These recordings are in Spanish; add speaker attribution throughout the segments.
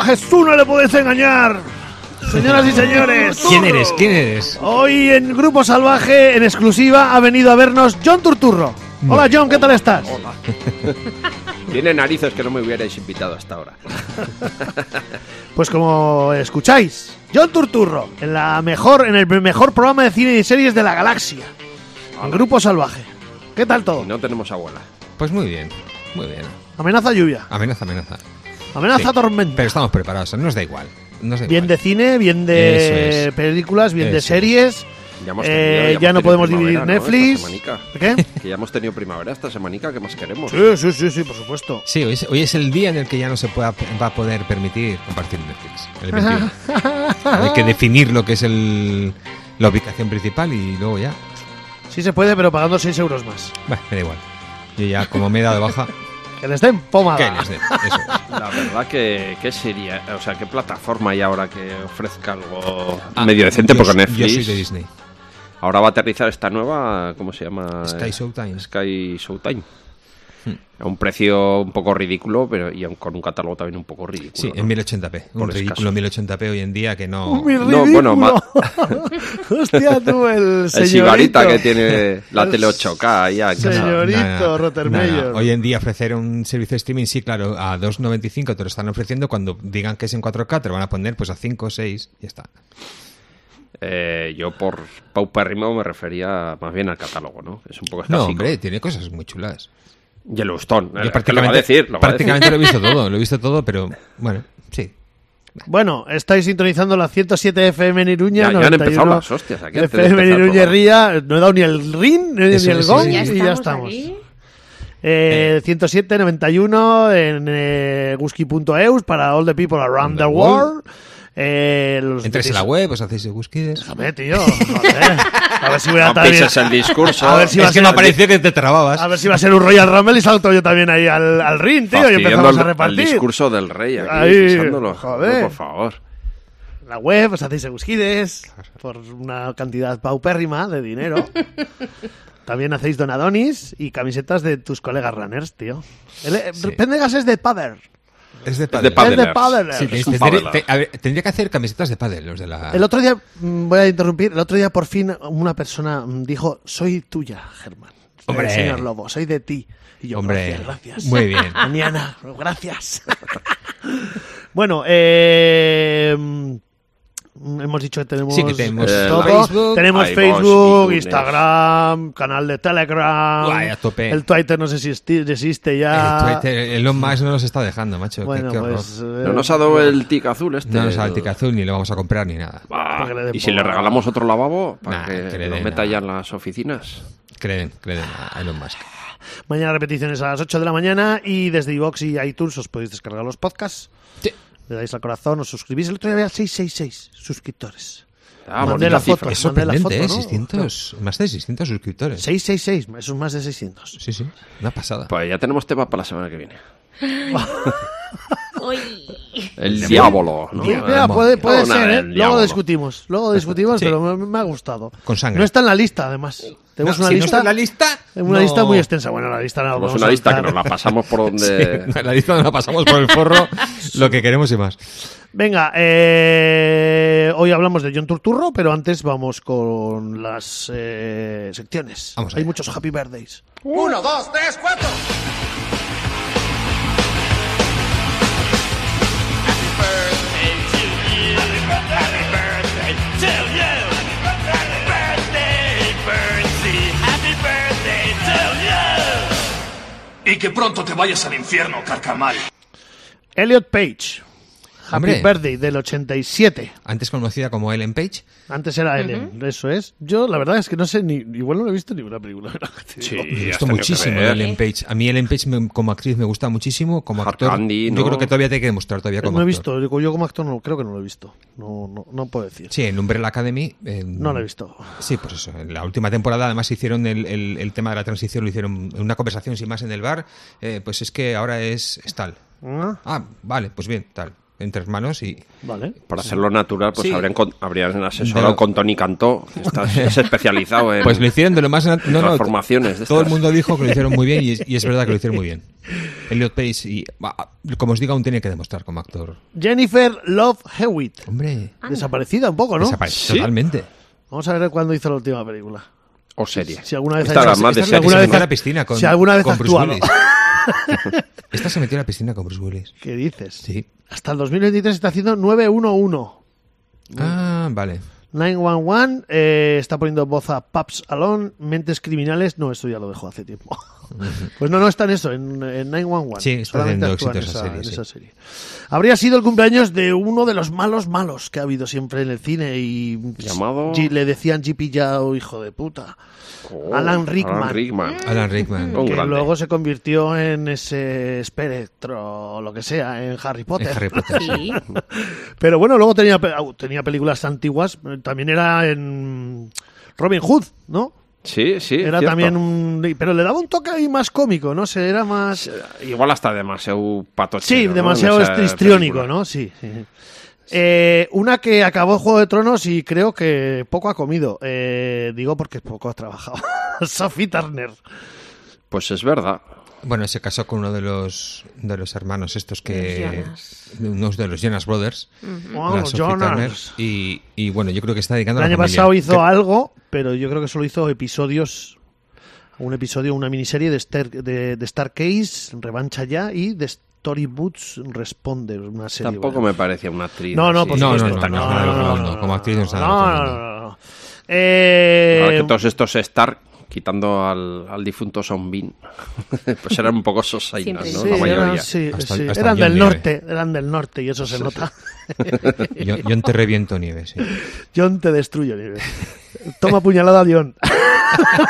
Speaker 1: entonces tú no le puedes engañar. Señoras y señores.
Speaker 2: ¿Quién eres? ¿Quién eres?
Speaker 1: Hoy en Grupo Salvaje, en exclusiva, ha venido a vernos John Turturro. Hola John, ¿qué tal estás?
Speaker 3: Tiene narices que no me hubierais invitado hasta ahora.
Speaker 1: Pues como escucháis, John Turturro, en, la mejor, en el mejor programa de cine y series de la galaxia, en Grupo Salvaje. ¿Qué tal todo?
Speaker 3: Y no tenemos abuela.
Speaker 2: Pues muy bien, muy bien.
Speaker 1: Amenaza lluvia,
Speaker 2: Amenaza, amenaza.
Speaker 1: amenaza
Speaker 2: Sí.
Speaker 1: tormenta.
Speaker 2: Pero estamos preparados, nos da igual. Nos da
Speaker 1: Bien
Speaker 2: igual.
Speaker 1: de cine, bien de
Speaker 2: Eso es.
Speaker 1: películas, bien de
Speaker 2: Eso
Speaker 1: series.
Speaker 3: Ya hemos
Speaker 1: Eh,
Speaker 3: tenido-
Speaker 1: ya no
Speaker 3: hemos
Speaker 1: podemos
Speaker 3: tenido
Speaker 1: dividir
Speaker 3: primavera, ¿no?
Speaker 1: Netflix.
Speaker 3: Esta semanica.
Speaker 1: ¿Qué?
Speaker 3: Que ya hemos tenido primavera esta semanica, ¿qué más queremos?
Speaker 1: Sí, sí, sí, sí, por supuesto.
Speaker 2: Sí, hoy es, hoy es el día en el que ya no se pueda, va a poder permitir compartir Netflix. El 21. Hay que definir lo que es el, la ubicación principal y luego ya.
Speaker 1: Sí se puede, pero pagando 6 euros más.
Speaker 2: Bueno, me da igual. Yo ya, como me he dado de baja,
Speaker 1: Que les den pomada.
Speaker 2: que les dé, Eso es.
Speaker 3: La verdad que qué sería, o sea, qué plataforma hay ahora que ofrezca algo medio decente
Speaker 2: Ah, Yo
Speaker 3: porque
Speaker 2: s- Yo soy
Speaker 3: Netflix.
Speaker 2: de Disney.
Speaker 3: ahora va a aterrizar esta nueva, ¿cómo se llama?
Speaker 2: Sky
Speaker 3: Eh,
Speaker 2: Showtime. Hmm.
Speaker 3: Sky Showtime. A un precio un poco ridículo, pero y aun con un catálogo también un poco ridículo.
Speaker 2: Sí,
Speaker 3: ¿no?
Speaker 2: en 1080p. Un
Speaker 3: Por
Speaker 2: ridículo 1080p hoy en día que no.
Speaker 1: Mi
Speaker 3: No,
Speaker 1: ridículo.
Speaker 3: bueno, ma-
Speaker 1: Hostia, tú, el
Speaker 3: El
Speaker 1: señorito.
Speaker 3: sibarita que tiene la
Speaker 1: El
Speaker 3: tele 8K ya. que
Speaker 1: señor.
Speaker 3: no-
Speaker 1: Señorito Rottermeier.
Speaker 2: Hoy en día ofrecer un servicio de streaming, sí, claro, a 2.95 te lo están ofreciendo. Cuando digan que es en 4K, te lo van a poner pues a 5 o 6 y ya está.
Speaker 3: Eh, yo por paupérrimo me refería más bien al catálogo, ¿no? Es un
Speaker 2: No,
Speaker 3: poco estático.
Speaker 2: hombre, tiene cosas muy chulas.
Speaker 3: Yellowstone.
Speaker 2: Yo
Speaker 3: eh, que lo va a decir, lo va a decir.
Speaker 2: prácticamente lo he visto todo, lo he visto todo, pero bueno, sí.
Speaker 1: Bueno, estáis sintonizando la 107 FM en Iruña.
Speaker 3: Ya- ya han
Speaker 1: 91
Speaker 3: empezado las hostias aquí antes de
Speaker 1: FM en
Speaker 3: empezar el
Speaker 1: Iruña y
Speaker 3: programa.
Speaker 1: Ría. No he dado ni el ring, ni
Speaker 2: Eso
Speaker 1: el
Speaker 2: es,
Speaker 1: gong
Speaker 2: sí,
Speaker 1: y
Speaker 2: sí.
Speaker 1: ya
Speaker 2: Ya
Speaker 1: estamos.
Speaker 4: Pues aquí.
Speaker 1: Eh, 107, 91 en eh, guski.eus para all the people around the world. Eh, los
Speaker 2: Entréis en la web, os hacéis busquides.
Speaker 1: Déjame, tío. joder. A ver si voy a
Speaker 3: No
Speaker 1: también-
Speaker 3: pises el discurso.
Speaker 1: A ver si va
Speaker 2: es
Speaker 1: a
Speaker 2: que
Speaker 1: ser-
Speaker 2: me ha parecido que te trababas.
Speaker 1: A ver si va a ser un Royal Rumble y salto yo también ahí al, al ring, tío, y
Speaker 3: Fastidiando
Speaker 1: empezamos
Speaker 3: el-
Speaker 1: a
Speaker 3: El
Speaker 1: repartir.
Speaker 3: discurso del rey aquí,
Speaker 1: Ahí,
Speaker 3: pisándolo.
Speaker 1: joder.
Speaker 3: No, por favor.
Speaker 1: La web, os hacéis euskides por una cantidad paupérrima de dinero. también hacéis donadonis y camisetas de tus colegas runners, tío. El, eh, Pendergast es de Pader.
Speaker 2: Es de
Speaker 3: Es de
Speaker 2: pádel.
Speaker 1: pádel.
Speaker 3: padelers.
Speaker 1: padelers.
Speaker 2: Sí, tenéis-
Speaker 3: Es un
Speaker 2: tendré-
Speaker 3: padeler.
Speaker 2: te- a ver, tendría que hacer camisetas de pádel, los de la...
Speaker 1: El otro día, mm, voy a interrumpir, el otro día por fin una persona mm, dijo, soy tuya, Germán.
Speaker 2: Hombre.
Speaker 1: El señor Lobo, soy de ti. Y yo,
Speaker 2: Hombre,
Speaker 1: gracias, gracias.
Speaker 2: muy bien.
Speaker 1: Mañana, gracias. bueno, eh, mm, Hemos dicho que tenemos,
Speaker 2: Sí, que tenemos
Speaker 3: Eh,
Speaker 1: todo.
Speaker 2: Facebook,
Speaker 1: tenemos
Speaker 3: iVoox,
Speaker 1: Facebook,
Speaker 3: iTunes.
Speaker 1: Instagram, canal de Telegram.
Speaker 2: Guay, a tope.
Speaker 1: El Twitter no sé si esti- existe ya.
Speaker 2: El Twitter, Elon Musk no nos está dejando, macho. qué-
Speaker 1: Bueno,
Speaker 2: qué horror.
Speaker 1: pues. eh,
Speaker 3: No nos ha dado el tic azul este.
Speaker 2: No nos da el tic azul ni lo vamos a comprar ni nada.
Speaker 3: Bah,
Speaker 1: Para que le den
Speaker 3: y si le
Speaker 1: por-
Speaker 3: regalamos otro lavabo para
Speaker 2: Nah,
Speaker 3: que,
Speaker 2: que le
Speaker 3: lo
Speaker 2: den,
Speaker 3: meta
Speaker 2: nah.
Speaker 3: ya en las oficinas.
Speaker 2: Creen, creen a Elon Musk.
Speaker 1: Ah, Mañana repeticiones a las 8 de la mañana y desde iVox y iTunes os podéis descargar los podcasts.
Speaker 2: Sí.
Speaker 1: Le dais al corazón, os suscribís. El otro día había 666 suscriptores.
Speaker 3: Ah,
Speaker 1: Mandé
Speaker 3: bonita
Speaker 1: la
Speaker 3: cifra.
Speaker 1: foto.
Speaker 2: Es
Speaker 1: mandé la
Speaker 2: sorprendente,
Speaker 1: foto,
Speaker 2: ¿eh?
Speaker 1: ¿no?
Speaker 2: 600, más de 600 suscriptores.
Speaker 1: 666, esos más de 600.
Speaker 2: Sí, sí, una pasada.
Speaker 3: Pues ya tenemos tema para la semana que viene.
Speaker 4: Uy.
Speaker 3: El diablo. ¿no? Ah,
Speaker 1: Mira,
Speaker 2: Vamos.
Speaker 1: puede, puede
Speaker 3: Una
Speaker 1: ser,
Speaker 3: del
Speaker 1: ¿eh? Luego
Speaker 3: diablo.
Speaker 1: discutimos. Luego discutimos,
Speaker 2: Sí.
Speaker 1: pero me, me ha gustado.
Speaker 2: Con sangre.
Speaker 1: No está en la lista, además. Tenemos
Speaker 2: No,
Speaker 1: una
Speaker 2: si no
Speaker 1: lista.
Speaker 2: está en la lista,
Speaker 1: Una
Speaker 2: no.
Speaker 1: lista muy extensa. Bueno, la lista no la
Speaker 3: Tenemos
Speaker 1: vamos
Speaker 3: una
Speaker 1: a
Speaker 3: lista que
Speaker 1: lanzar.
Speaker 3: nos la pasamos por donde.
Speaker 2: Sí, Eh, la lista nos la pasamos por el forro, lo que queremos y más.
Speaker 1: Venga, eh, hoy hablamos de John Turturro, pero antes vamos con las eh, secciones.
Speaker 2: Vamos
Speaker 1: Hay
Speaker 2: allá.
Speaker 1: muchos Happy Birthdays.
Speaker 5: Uno, dos, tres, cuatro.
Speaker 6: Y que pronto te vayas al infierno, carcamal.
Speaker 1: Elliot Page. Happy
Speaker 2: Hombre.
Speaker 1: Birthday del 87.
Speaker 2: Antes conocida como Ellen Page,
Speaker 1: Antes era Ellen, eso es. Yo la verdad es que no sé ni igual no he visto ni una película. Te digo.
Speaker 2: me
Speaker 3: has
Speaker 2: gustó
Speaker 3: tenido que
Speaker 2: muchísimo
Speaker 3: ver.
Speaker 2: Ellen Page. A mí Ellen Page me- como actriz me gusta muchísimo, como
Speaker 3: Hard
Speaker 2: actor
Speaker 3: Candy, ¿no?
Speaker 2: yo creo que todavía te hay que demostrar todavía
Speaker 1: No
Speaker 2: como
Speaker 1: he
Speaker 2: actor.
Speaker 1: visto, digo, yo como actor no creo que no lo he visto. No no no puedo decir.
Speaker 2: Sí, en Umbrella Academy. en-
Speaker 1: No lo he visto.
Speaker 2: Sí, pues eso. En la última temporada, además, hicieron el, el- el tema de la transición, lo hicieron en una conversación sin más en el bar. eh, pues es que ahora es, es tal.
Speaker 1: ¿Ah?
Speaker 2: Ah, vale, pues bien, tal. entre hermanos y
Speaker 1: Vale.
Speaker 3: Para hacerlo natural, pues
Speaker 2: Sí.
Speaker 3: habrían, con- habrían asesorado
Speaker 2: No.
Speaker 3: con Tony Cantó, que está- es especializado en...
Speaker 2: Pues lo hicieron de lo más... nat- No, no,
Speaker 3: Transformaciones de
Speaker 2: todo el
Speaker 3: estas.
Speaker 2: mundo dijo que lo hicieron muy bien y es, y es verdad que lo hicieron muy bien. Elliot Page, y, bah, como os digo, aún tiene que demostrar como actor.
Speaker 1: Jennifer Love Hewitt.
Speaker 2: Hombre,
Speaker 1: Desaparecida un poco, ¿no?
Speaker 2: desaparece totalmente.
Speaker 1: Vamos a ver cuándo hizo la última película.
Speaker 3: O serie.
Speaker 1: Si alguna vez
Speaker 3: Esta
Speaker 1: ha
Speaker 3: era
Speaker 1: hecho-
Speaker 3: más de
Speaker 1: esta-
Speaker 2: Si
Speaker 1: si alguna
Speaker 3: serie.
Speaker 1: vez
Speaker 2: metió a
Speaker 1: ha-
Speaker 2: la piscina con,
Speaker 1: si alguna vez
Speaker 2: con
Speaker 1: ha
Speaker 2: Bruce
Speaker 1: actuado.
Speaker 2: Willis. Esta se metió a la piscina con Bruce Willis.
Speaker 1: ¿Qué dices?
Speaker 2: Sí.
Speaker 1: Hasta el 2023 está haciendo 911.
Speaker 2: Ah, vale.
Speaker 1: 911 eh, está poniendo voz a Paps Alone, Mentes Criminales. No, esto ya lo dejó hace tiempo. pues no, no está en eso, en, en 911.
Speaker 2: Sí, está
Speaker 1: Solamente
Speaker 2: teniendo
Speaker 1: actúa en
Speaker 2: éxito esa
Speaker 1: esa-
Speaker 2: serie,
Speaker 1: en
Speaker 2: sí.
Speaker 1: esa serie. Habría sido el cumpleaños de uno de los malos malos que ha habido siempre en el cine y
Speaker 3: Llamado-
Speaker 1: G- le decían Gipillao, hijo de puta.
Speaker 3: Oh,
Speaker 1: Alan Rickman.
Speaker 3: Alan Rickman.
Speaker 2: Alan Rickman.
Speaker 3: Un
Speaker 1: que
Speaker 3: grande.
Speaker 1: luego se convirtió en ese espectro o lo que sea, en Harry Potter.
Speaker 2: En Harry Potter.
Speaker 4: Sí.
Speaker 1: Pero bueno, luego tenía, pe- au, tenía películas antiguas, eh, también era en Robin Hood, ¿no?
Speaker 3: Sí, sí.
Speaker 1: Era
Speaker 3: cierto.
Speaker 1: también un... Pero le daba un toque ahí más cómico, no sé, era más...
Speaker 3: eh, Igual hasta demasiado patochero.
Speaker 1: Sí,
Speaker 3: ¿no? En
Speaker 1: demasiado
Speaker 3: esa
Speaker 1: histriónico,
Speaker 3: película.
Speaker 1: ¿no? Sí. sí. Eh, una que acabó Juego de Tronos y creo que poco ha comido. Eh, digo porque poco ha trabajado. Sophie Turner.
Speaker 3: Pues es verdad.
Speaker 2: Bueno, se casó con uno de los, de los hermanos estos
Speaker 4: Los
Speaker 2: que...
Speaker 4: Jonas.
Speaker 2: unos de los Jonas Brothers.
Speaker 1: Wow,
Speaker 2: la Sophie
Speaker 1: Oh, Jonas.
Speaker 2: Turner, y, y bueno, yo creo que está dedicando
Speaker 1: El
Speaker 2: a la
Speaker 1: año
Speaker 2: familia.
Speaker 1: pasado hizo
Speaker 2: Que-
Speaker 1: algo, pero yo creo que solo hizo episodios. Un episodio, una miniserie de, Star, de, de Starcase, Revancha Ya, y de Story Boots Responde, una serie.
Speaker 3: Tampoco
Speaker 1: bueno.
Speaker 3: me parecía una actriz.
Speaker 1: No, no,
Speaker 3: así.
Speaker 1: por
Speaker 2: No, no,
Speaker 1: supuesto.
Speaker 2: no, no, no, no, no, como actriz no está
Speaker 1: no,
Speaker 2: todo el
Speaker 1: no,
Speaker 2: mundo.
Speaker 1: no,
Speaker 3: Ah,
Speaker 1: no. Eh,
Speaker 3: Ahora que todos estos Star, quitando al, al difunto Son Bean, pues eran un poco sosainas,
Speaker 4: Siempre.
Speaker 3: ¿no?
Speaker 1: sí,
Speaker 3: La
Speaker 1: eran,
Speaker 3: mayoría.
Speaker 1: sí,
Speaker 2: Hasta-
Speaker 1: sí,
Speaker 2: hasta
Speaker 1: eran
Speaker 2: John
Speaker 1: del
Speaker 2: Nieve.
Speaker 1: norte, eran del norte y eso se nota.
Speaker 2: Yo, yo enterré viento nieve, sí.
Speaker 1: John te destruye, Nieve. Toma puñalada, John.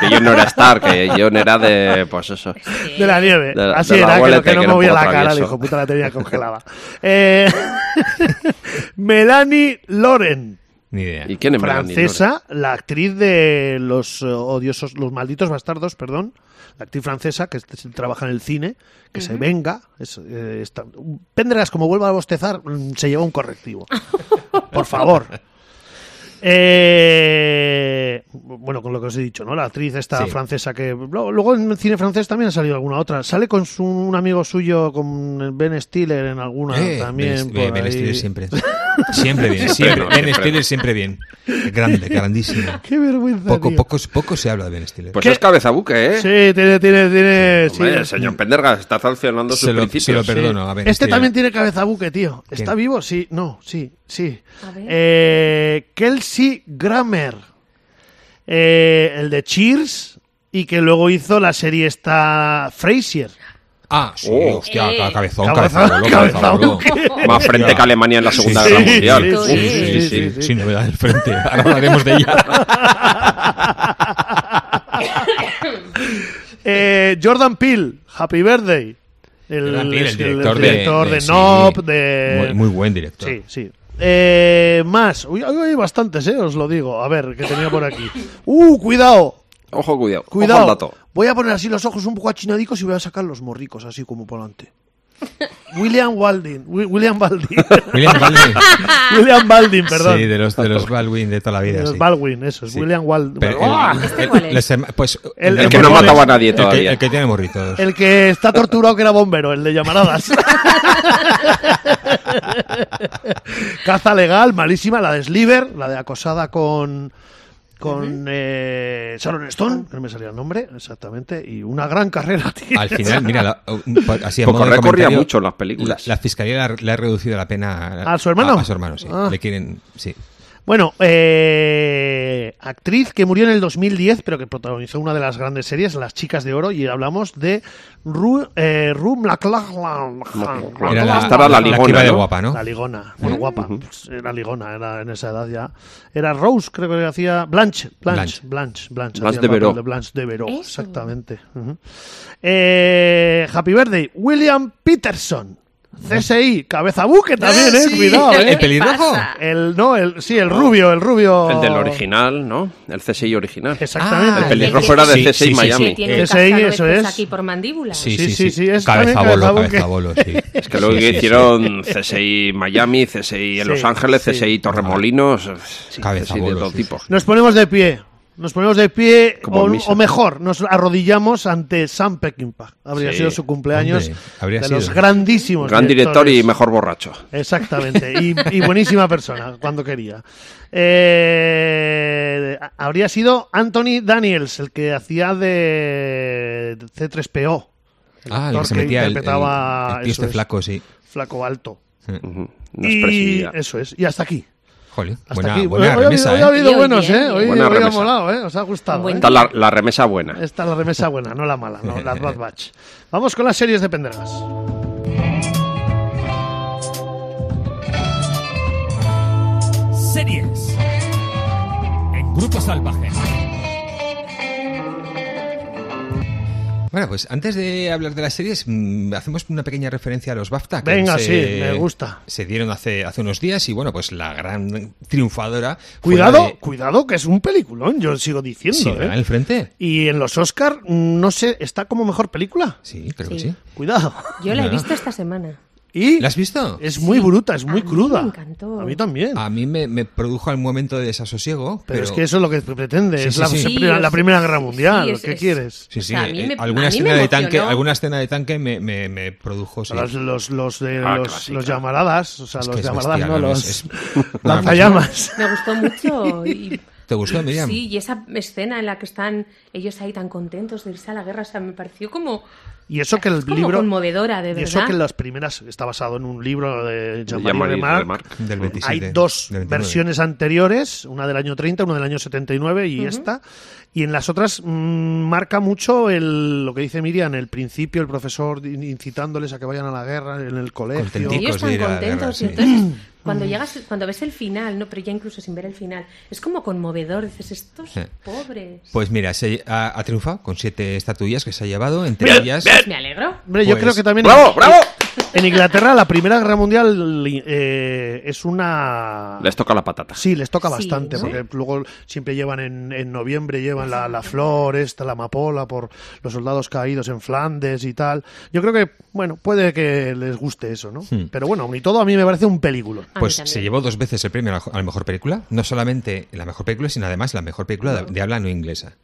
Speaker 3: Que yo no era Star, que yo no era de. Pues eso.
Speaker 1: De la nieve.
Speaker 3: De la-
Speaker 1: Así
Speaker 3: de
Speaker 1: era,
Speaker 3: la
Speaker 1: que, lo
Speaker 3: abuelete,
Speaker 1: que no
Speaker 3: que era un
Speaker 1: movía
Speaker 3: poco
Speaker 1: la cara, el
Speaker 3: travieso.
Speaker 1: hijo puta la tenía congelada. Eh, Melanie Loren,
Speaker 2: Ni idea.
Speaker 3: ¿Y quién es Melanie
Speaker 1: francesa, la actriz de los eh, odiosos, los malditos bastardos, perdón. La actriz francesa que este- trabaja en el cine, que se venga. Es, eh, está- Pendergast, como vuelva a bostezar, mm, se lleva un correctivo. Por favor. Eh, bueno, con lo que os he dicho, ¿no? La actriz esta
Speaker 2: Sí.
Speaker 1: francesa que... lo- Luego en el cine francés también ha salido alguna otra. Sale con su- un amigo suyo, con Ben Stiller en alguna
Speaker 2: Eh,
Speaker 1: también.
Speaker 2: Ben- Ben,
Speaker 1: por
Speaker 2: Ben
Speaker 1: ahí.
Speaker 2: Stiller siempre. Siempre bien,
Speaker 3: Siempre,
Speaker 2: siempre.
Speaker 3: no,
Speaker 2: Ben
Speaker 3: siempre.
Speaker 2: Stiller siempre bien. Grande, grandísimo.
Speaker 1: Qué vergüenza,
Speaker 2: Poco,
Speaker 1: tío.
Speaker 2: poco, poco se habla de Ben Stiller.
Speaker 3: Pues
Speaker 1: ¿Qué?
Speaker 3: es cabezabuque, ¿eh?
Speaker 1: Sí, tiene, tiene, tiene... sí.
Speaker 3: Hombre, el señor Pendergast está sancionando sus
Speaker 2: se, lo,
Speaker 3: principios.
Speaker 2: se lo perdono a Ben
Speaker 1: Este
Speaker 2: Stiller.
Speaker 1: también tiene cabeza buque, tío. ¿Está
Speaker 2: ¿Quién?
Speaker 1: vivo? Sí, no, sí, sí.
Speaker 4: A ver.
Speaker 1: Eh, Kelsey Grammer, eh, el de Cheers, y que luego hizo la serie esta Frasier.
Speaker 2: Ah, sí,
Speaker 3: Oh.
Speaker 2: hostia, ca-
Speaker 4: Eh.
Speaker 2: cabezón,
Speaker 1: Cabezón,
Speaker 2: cabezón,
Speaker 1: cabezón.
Speaker 3: Más frente que Alemania en la Segunda
Speaker 2: Sí,
Speaker 3: Guerra
Speaker 2: sí,
Speaker 3: Mundial.
Speaker 1: sí,
Speaker 3: Uf,
Speaker 4: sí,
Speaker 3: sí,
Speaker 4: sí,
Speaker 3: sí.
Speaker 1: sí, sí.
Speaker 2: Sin novedad del frente, ahora hablaremos de ella.
Speaker 1: Eh, Jordan Peele, Happy Birthday. El,
Speaker 2: Jordan Peele, el
Speaker 1: el
Speaker 2: director de-
Speaker 1: director de,
Speaker 2: de- sí.
Speaker 1: Nope, de...
Speaker 2: Muy, muy buen director.
Speaker 1: Sí, sí. Eh, más. Uy, hay hay bastantes, eh, os lo digo. A ver, que tenía por aquí. Uh, cuidado.
Speaker 3: Ojo, cuidado. Cuidado.
Speaker 1: Cuidado.
Speaker 3: Ojo al dato.
Speaker 1: Voy a poner así los ojos un poco achinadicos y voy a sacar los morricos así como por delante. William Walding. Wi- William Baldwin.
Speaker 2: William Baldwin.
Speaker 1: William Baldwin, perdón.
Speaker 2: Sí, de los, de los Baldwin de toda la vida.
Speaker 1: Los
Speaker 2: sí.
Speaker 1: Baldwin, eso es.
Speaker 2: Sí.
Speaker 1: William Waldwin.
Speaker 2: Pero
Speaker 1: ¡Ah!
Speaker 2: el-
Speaker 4: ¿Este
Speaker 2: el-
Speaker 4: cuál es?
Speaker 2: las herma- pues,
Speaker 1: El-
Speaker 3: El que no
Speaker 1: Mormones.
Speaker 3: mataba a nadie
Speaker 2: el que-
Speaker 3: todavía.
Speaker 2: el que tiene morritos.
Speaker 1: El que está torturado que era bombero, el de llamaradas. Caza legal, malísima, la de Sliver, la de acosada con con eh, Sharon Stone, que no me salía el nombre, exactamente, y una gran carrera, tío.
Speaker 2: Al final, mira, la- uh, así en
Speaker 3: Porque
Speaker 2: modo de
Speaker 3: recorría
Speaker 2: comentario,
Speaker 3: mucho las películas.
Speaker 2: La, la fiscalía le ha, le ha reducido la pena
Speaker 1: ¿A su hermano?
Speaker 2: A, su hermano, sí.
Speaker 1: Ah.
Speaker 2: Le quieren, sí.
Speaker 1: Bueno, eh, actriz que murió en el 2010, pero que protagonizó una de las grandes series, Las Chicas de Oro, y hablamos de Ru, eh, Ru McLachlan.
Speaker 2: Era la,
Speaker 3: Esta era la
Speaker 2: que iba
Speaker 3: ligona,
Speaker 2: de
Speaker 3: ¿no?
Speaker 2: guapa, ¿no? ¿Eh?
Speaker 1: La ligona, bueno, guapa, pues, era ligona, era en esa edad ya. Era Rose, creo que hacía Blanche, Blanche, Blanche, Blanche,
Speaker 3: Blanche
Speaker 1: hacía el
Speaker 3: de
Speaker 1: papel
Speaker 3: Veró.
Speaker 1: de Blanche de Veró,
Speaker 4: Eso.
Speaker 1: exactamente. Ujú. Eh, Happy Birthday, William Peterson. CSI, cabeza buque también,
Speaker 2: Eh,
Speaker 1: eh,
Speaker 2: sí.
Speaker 1: cuidado,
Speaker 2: ¿El,
Speaker 1: eh.
Speaker 2: el pelirrojo?
Speaker 4: pasa?
Speaker 1: El, no, el, sí, el rubio, el rubio.
Speaker 3: El del original, ¿no? El CSI original.
Speaker 1: Exactamente.
Speaker 2: Ah,
Speaker 3: El pelirrojo
Speaker 4: el que-
Speaker 3: era de
Speaker 2: Sí,
Speaker 3: CSI
Speaker 2: Eh, sí, sí,
Speaker 3: Miami.
Speaker 4: Que tiene
Speaker 1: Ese
Speaker 4: cascanueces
Speaker 1: eso es.
Speaker 4: aquí por mandíbula.
Speaker 2: Sí,
Speaker 1: Sí,
Speaker 2: sí,
Speaker 1: sí,
Speaker 2: sí.
Speaker 1: sí, es también
Speaker 2: cabezabolo,
Speaker 1: cabezabolo, que-
Speaker 2: cabezabolo, sí.
Speaker 3: Es que luego
Speaker 2: Sí, sí, sí.
Speaker 3: hicieron CSI Miami, CSI en
Speaker 1: Sí,
Speaker 3: Los Ángeles,
Speaker 1: sí.
Speaker 3: CSI Torremolinos, eh,
Speaker 2: Cabeza
Speaker 3: CSI de
Speaker 2: bolos,
Speaker 3: todo
Speaker 2: sí,
Speaker 3: tipo.
Speaker 1: Nos ponemos de pie. Nos ponemos de pie,
Speaker 3: Como
Speaker 1: o,
Speaker 3: misa.
Speaker 1: o mejor, nos arrodillamos ante Sam Peckinpah. Habría
Speaker 3: Sí.
Speaker 1: sido su cumpleaños
Speaker 2: Hombre, habría
Speaker 1: de
Speaker 2: sido.
Speaker 1: los grandísimos
Speaker 3: Gran director
Speaker 1: directores.
Speaker 3: y mejor borracho.
Speaker 1: Exactamente, y, y buenísima persona cuando quería. Eh, habría sido Anthony Daniels, el que hacía de C3PO. El
Speaker 2: Ah, el
Speaker 1: actor
Speaker 2: que se metía el, el,
Speaker 1: interpretaba,
Speaker 2: el tío
Speaker 1: eso
Speaker 2: este
Speaker 1: es,
Speaker 2: flaco, sí.
Speaker 1: flaco alto.
Speaker 3: Ujú. Nos
Speaker 1: Y
Speaker 3: presidía.
Speaker 1: eso es, y hasta aquí.
Speaker 2: eh, Jolín,
Speaker 1: Hasta
Speaker 2: buena,
Speaker 1: aquí.
Speaker 2: buena
Speaker 1: hoy,
Speaker 2: remesa,
Speaker 1: hoy ha
Speaker 2: ¿eh?
Speaker 1: habido
Speaker 4: Bien,
Speaker 1: buenos,
Speaker 4: bien,
Speaker 1: ¿eh? Hoy,
Speaker 4: bien.
Speaker 1: hoy
Speaker 3: Buena
Speaker 1: ha
Speaker 3: remesa.
Speaker 1: molado, ¿eh? Os ha gustado.
Speaker 4: Buen
Speaker 1: ¿eh?
Speaker 3: Está la, la remesa buena.
Speaker 1: Esta es la remesa buena, no la mala, no, la Bad Batch. Vamos con las series de Pendergas.
Speaker 7: Series en Grupo Salvaje.
Speaker 2: Bueno, pues antes de hablar de las series, mm, hacemos una pequeña referencia a los BAFTA. que
Speaker 1: Venga, sí, me gusta.
Speaker 2: Se dieron hace, hace unos días y bueno, pues la gran triunfadora. fue
Speaker 1: Cuidado,
Speaker 2: la de-
Speaker 1: cuidado, que es un peliculón, yo sigo diciendo.
Speaker 2: Sí,
Speaker 1: ¿eh?
Speaker 2: ¿verdad? El frente.
Speaker 1: Y en los Oscar, mm, no sé, está como mejor película.
Speaker 2: Sí, creo que
Speaker 4: Sí.
Speaker 2: sí.
Speaker 1: Cuidado.
Speaker 4: Yo la he
Speaker 2: Nada.
Speaker 4: visto esta semana.
Speaker 1: Y
Speaker 2: ¿La has visto?
Speaker 1: es muy bruta, es muy
Speaker 4: mí
Speaker 1: cruda.
Speaker 4: me encantó.
Speaker 1: A mí también.
Speaker 2: A mí me, me produjo al momento de desasosiego.
Speaker 1: pero, es que eso es lo que pretende,
Speaker 2: Sí,
Speaker 1: es
Speaker 2: sí,
Speaker 1: la,
Speaker 2: sí.
Speaker 1: la
Speaker 4: Sí,
Speaker 1: primera, la
Speaker 4: es-
Speaker 1: Primera Guerra
Speaker 4: sí,
Speaker 1: Mundial,
Speaker 4: es-
Speaker 1: ¿qué
Speaker 4: es-
Speaker 1: quieres?
Speaker 2: Sí, sí.
Speaker 4: O sea, a mí
Speaker 2: eh,
Speaker 4: me-
Speaker 2: alguna,
Speaker 4: a mí me
Speaker 2: escena de
Speaker 4: emocionó.
Speaker 2: tanque, alguna escena de tanque me, me, me produjo. Sí.
Speaker 1: Los, los, los, de,
Speaker 3: Ah,
Speaker 1: los,
Speaker 3: clásica.
Speaker 1: los llamaradas, o sea,
Speaker 2: Es que
Speaker 1: los
Speaker 2: es
Speaker 1: llamaradas,
Speaker 2: bestial,
Speaker 1: no
Speaker 2: ¿no?
Speaker 1: los
Speaker 2: Es- es-
Speaker 1: lanzallamas.
Speaker 4: Me gustó mucho. Y,
Speaker 2: ¿Te gustó, Miriam?
Speaker 4: sí, y esa escena en la que están ellos ahí tan contentos de irse a la guerra, o sea, me pareció como,
Speaker 1: Y eso que el
Speaker 4: es como
Speaker 1: libro.
Speaker 4: conmovedora, de
Speaker 1: y
Speaker 4: verdad.
Speaker 1: eso que las primeras está basado en un libro de Jean-Marie
Speaker 3: Jean-Marie
Speaker 1: Remarque.
Speaker 3: Remarque.
Speaker 2: Del 27.
Speaker 1: Pues Hay dos
Speaker 2: del 29.
Speaker 1: versiones anteriores, una del año 30, una del año 79 y esta. Y en las otras mm, marca mucho el, lo que dice Miriam, el principio, el profesor in- incitándoles a que vayan a la guerra en el colegio.
Speaker 4: Y
Speaker 2: Contentito.
Speaker 4: ellos
Speaker 2: Chicos de
Speaker 4: están
Speaker 2: ir a la
Speaker 4: contentos.
Speaker 2: guerra,
Speaker 4: y
Speaker 2: sí.
Speaker 4: entonces, cuando llegas, cuando ves el final, no, pero ya incluso sin ver el final, es como conmovedor. Dices, estos
Speaker 2: Sí.
Speaker 4: pobres.
Speaker 2: Pues mira, se ha, ha triunfado con siete estatuillas que se ha llevado, entre ellas.
Speaker 4: Pues me alegro.
Speaker 1: Hombre, yo
Speaker 2: Pues-
Speaker 1: creo que también
Speaker 3: ¡Bravo, bravo!
Speaker 1: en Inglaterra la Primera Guerra Mundial eh, es una...
Speaker 3: Les toca la patata.
Speaker 1: Sí, les toca
Speaker 4: Sí,
Speaker 1: bastante,
Speaker 4: ¿no?
Speaker 1: porque luego siempre llevan en, en noviembre, llevan la, la flor, esta, la amapola, por los soldados caídos en Flandes y tal. Yo creo que, bueno, puede que les guste eso, ¿no?
Speaker 2: Hmm.
Speaker 1: Pero bueno, aun y todo a mí me parece un película.
Speaker 4: A mí
Speaker 2: Pues
Speaker 4: también.
Speaker 2: se llevó dos veces el premio a la- a la mejor película. No solamente la mejor película, sino además la mejor película de, de habla no inglesa.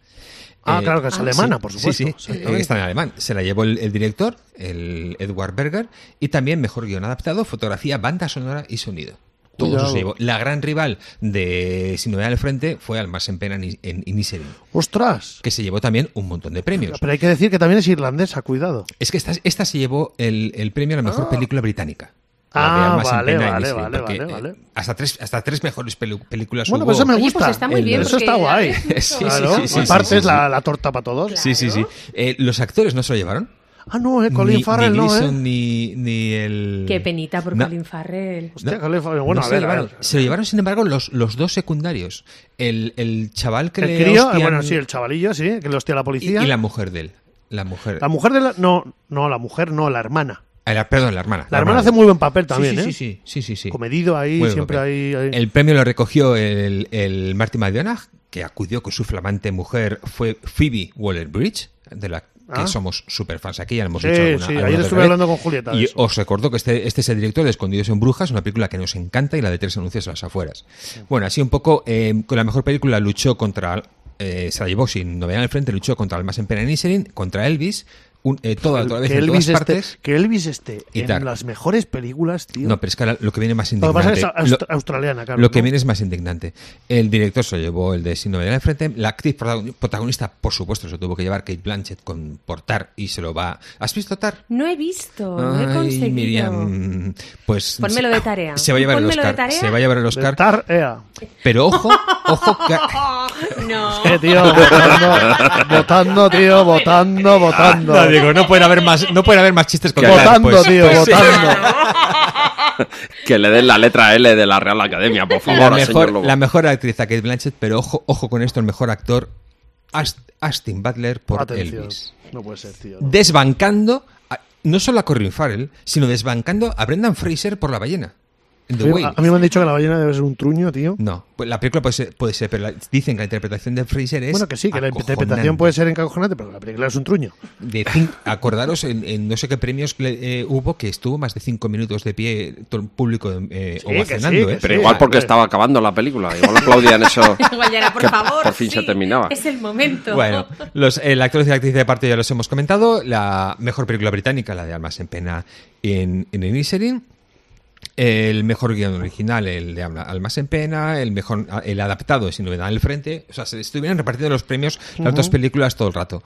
Speaker 1: Ah,
Speaker 2: Eh,
Speaker 1: claro que es alemana, por
Speaker 2: sí,
Speaker 1: supuesto.
Speaker 2: Sí, sí,
Speaker 1: exactamente.
Speaker 2: eh, está en alemán. Se la llevó el, el director, el Edward Berger, y también mejor guión adaptado, fotografía, banda sonora y sonido. Todo eso
Speaker 1: Cuidado.
Speaker 2: se llevó. La gran rival de Sin Novedad al Frente fue Almas en Pena en, en Inisherin,
Speaker 1: ¡Ostras!
Speaker 2: que se llevó también un montón de premios.
Speaker 1: Pero hay que decir que también es irlandesa, cuidado.
Speaker 2: Es que esta, esta se llevó el, el premio a la mejor película británica.
Speaker 1: Ah,
Speaker 2: La de Almas en
Speaker 1: vale,
Speaker 2: Pena y
Speaker 1: vale,
Speaker 2: Misery,
Speaker 1: vale,
Speaker 2: porque,
Speaker 1: vale,
Speaker 2: eh,
Speaker 1: vale.
Speaker 2: Hasta tres, hasta tres mejores pelu- películas
Speaker 1: Bueno,
Speaker 2: hubo.
Speaker 1: pues eso me
Speaker 4: Oye, pues
Speaker 1: gusta.
Speaker 4: está muy bien,
Speaker 1: Eso está
Speaker 4: porque la
Speaker 1: guay.
Speaker 4: ves mucho.
Speaker 2: Sí, sí,
Speaker 1: Claro,
Speaker 2: sí, sí, sí,
Speaker 1: aparte
Speaker 2: sí,
Speaker 1: es
Speaker 2: sí.
Speaker 1: la, la torta para todos.
Speaker 2: Sí, sí, sí. Eh, los actores no se lo llevaron.
Speaker 1: Ah, no, eh, Colin
Speaker 2: ni,
Speaker 1: Farrell
Speaker 2: ni
Speaker 1: no,
Speaker 2: Gleason,
Speaker 1: eh.
Speaker 2: ni, ni el...
Speaker 4: Qué penita por
Speaker 2: No,
Speaker 4: Colin Farrell.
Speaker 1: Hostia,
Speaker 2: no,
Speaker 1: Colin Farrell.
Speaker 2: no
Speaker 1: Bueno, a
Speaker 2: se,
Speaker 1: ver,
Speaker 2: lo
Speaker 1: a
Speaker 2: llevaron.
Speaker 1: ver.
Speaker 2: se lo llevaron, sin embargo, los, los dos secundarios. El, el chaval que
Speaker 1: El
Speaker 2: le
Speaker 1: crío, eh,
Speaker 2: hostian-
Speaker 1: bueno, sí, el chavalillo, sí, que lo hostia la
Speaker 2: y,
Speaker 1: policía.
Speaker 2: y la mujer de él. La mujer...
Speaker 1: La mujer de la... No, no, la mujer no, la hermana.
Speaker 2: Ah, la- perdón, la hermana.
Speaker 1: La hermana hace muy buen papel también,
Speaker 2: sí,
Speaker 1: ¿eh?
Speaker 2: sí, sí, sí, sí, sí.
Speaker 1: Comedido ahí,
Speaker 2: Muy buen
Speaker 1: siempre
Speaker 2: papel.
Speaker 1: ahí... ahí.
Speaker 2: El premio lo recogió el, el Marty McDonagh, que acudió con su flamante mujer, fue Phoebe Waller-Bridge, de la que
Speaker 1: Ah.
Speaker 2: somos super fans aquí, ya lo hemos
Speaker 1: Sí,
Speaker 2: dicho alguna-
Speaker 1: sí,
Speaker 2: alguna
Speaker 1: ayer
Speaker 2: otra
Speaker 1: estuve
Speaker 2: vez.
Speaker 1: hablando con Julieta de
Speaker 2: Y
Speaker 1: eso.
Speaker 2: os recuerdo que este, este es el director de Escondidos en Brujas, una película que nos encanta, y la de Tres Anuncios a las afueras. Bueno, así un poco, eh, con la mejor película luchó contra... eh, se la llevó sin novedad al frente, luchó contra Almas en Pena en Iserin, contra Elvis, un, eh, toda, toda vez
Speaker 1: que,
Speaker 2: en
Speaker 1: Elvis
Speaker 2: todas
Speaker 1: esté,
Speaker 2: partes...
Speaker 1: que Elvis esté
Speaker 2: Y
Speaker 1: en
Speaker 2: tal.
Speaker 1: las mejores películas, tío.
Speaker 2: No, pero es que ahora lo que viene más
Speaker 1: lo que
Speaker 2: indignante...
Speaker 1: pasa es que es
Speaker 2: lo-
Speaker 1: aust- australiana, claro.
Speaker 2: Lo que
Speaker 1: ¿no?
Speaker 2: viene es más indignante. El director se llevó el de Sin Novedad al Frente. La actriz protagon- protagonista, por supuesto, se tuvo que llevar Kate Blanchett con Portar y se lo va. ¿Has visto Tar?
Speaker 4: No he visto, no Oh, he
Speaker 2: Ay,
Speaker 4: conseguido.
Speaker 2: Miriam, pues
Speaker 4: Pónmelo de tarea.
Speaker 2: Se va a llevar el
Speaker 4: Pónmelo de
Speaker 2: Oscar.
Speaker 4: tarea.
Speaker 2: Se va a llevar el
Speaker 1: De
Speaker 2: Oscar.
Speaker 1: Tar Ea.
Speaker 2: Pero ojo, ojo, ca-
Speaker 4: Oh, no.
Speaker 1: Eh, tío, votando, votando, tío, votando,
Speaker 2: Pues
Speaker 1: votando.
Speaker 2: No, digo, no puede haber más, no puede haber más chistes con Tar,
Speaker 1: votando,
Speaker 2: pues-
Speaker 1: tío,
Speaker 2: pues sí.
Speaker 1: votando.
Speaker 3: Que le den la letra L de la Real Academia, por favor,
Speaker 2: La
Speaker 3: al señor
Speaker 2: mejor,
Speaker 3: Lobo.
Speaker 2: la mejor actriz a Kate Blanchett, pero ojo, ojo con esto, el mejor actor Ast- Astin Butler por
Speaker 1: Atención.
Speaker 2: Elvis.
Speaker 1: No puede ser, tío.
Speaker 2: desbancando a- no solo a Corinne Farrell, sino desbancando a Brendan Fraser por la ballena. En The
Speaker 1: Sí,
Speaker 2: Whale.
Speaker 1: a, a mí me han dicho que la ballena debe ser un truño, tío.
Speaker 2: No, pues la película puede ser, puede ser, pero la- dicen que la interpretación de Fraser es.
Speaker 1: Bueno, que sí, que la interpretación pues,
Speaker 2: acojonante.
Speaker 1: puede ser encajonante, pero la película es un truño.
Speaker 2: De cin- acordaros, en, en no sé qué premios le- eh, hubo que estuvo más de cinco minutos de pie todo el público eh,
Speaker 1: Sí, que
Speaker 2: ovacionando.
Speaker 1: sí, que
Speaker 2: ¿eh?
Speaker 3: Pero
Speaker 1: Sí,
Speaker 3: igual porque
Speaker 1: eh.
Speaker 3: estaba acabando la película. Igual aplaudían eso.
Speaker 4: Igual ya era, por
Speaker 3: que
Speaker 4: favor.
Speaker 3: Por fin
Speaker 4: sí,
Speaker 3: se terminaba.
Speaker 4: Es el momento.
Speaker 2: Bueno, los eh, actores y actrices de parte ya los hemos comentado. La mejor película británica, la de Almas en Pena en, en Inisherin. El mejor guión original, el de Alma- Almas en Pena. El mejor el adaptado, sin novedad en el frente. O sea, se estuvieran repartiendo los premios las dos películas todo el rato.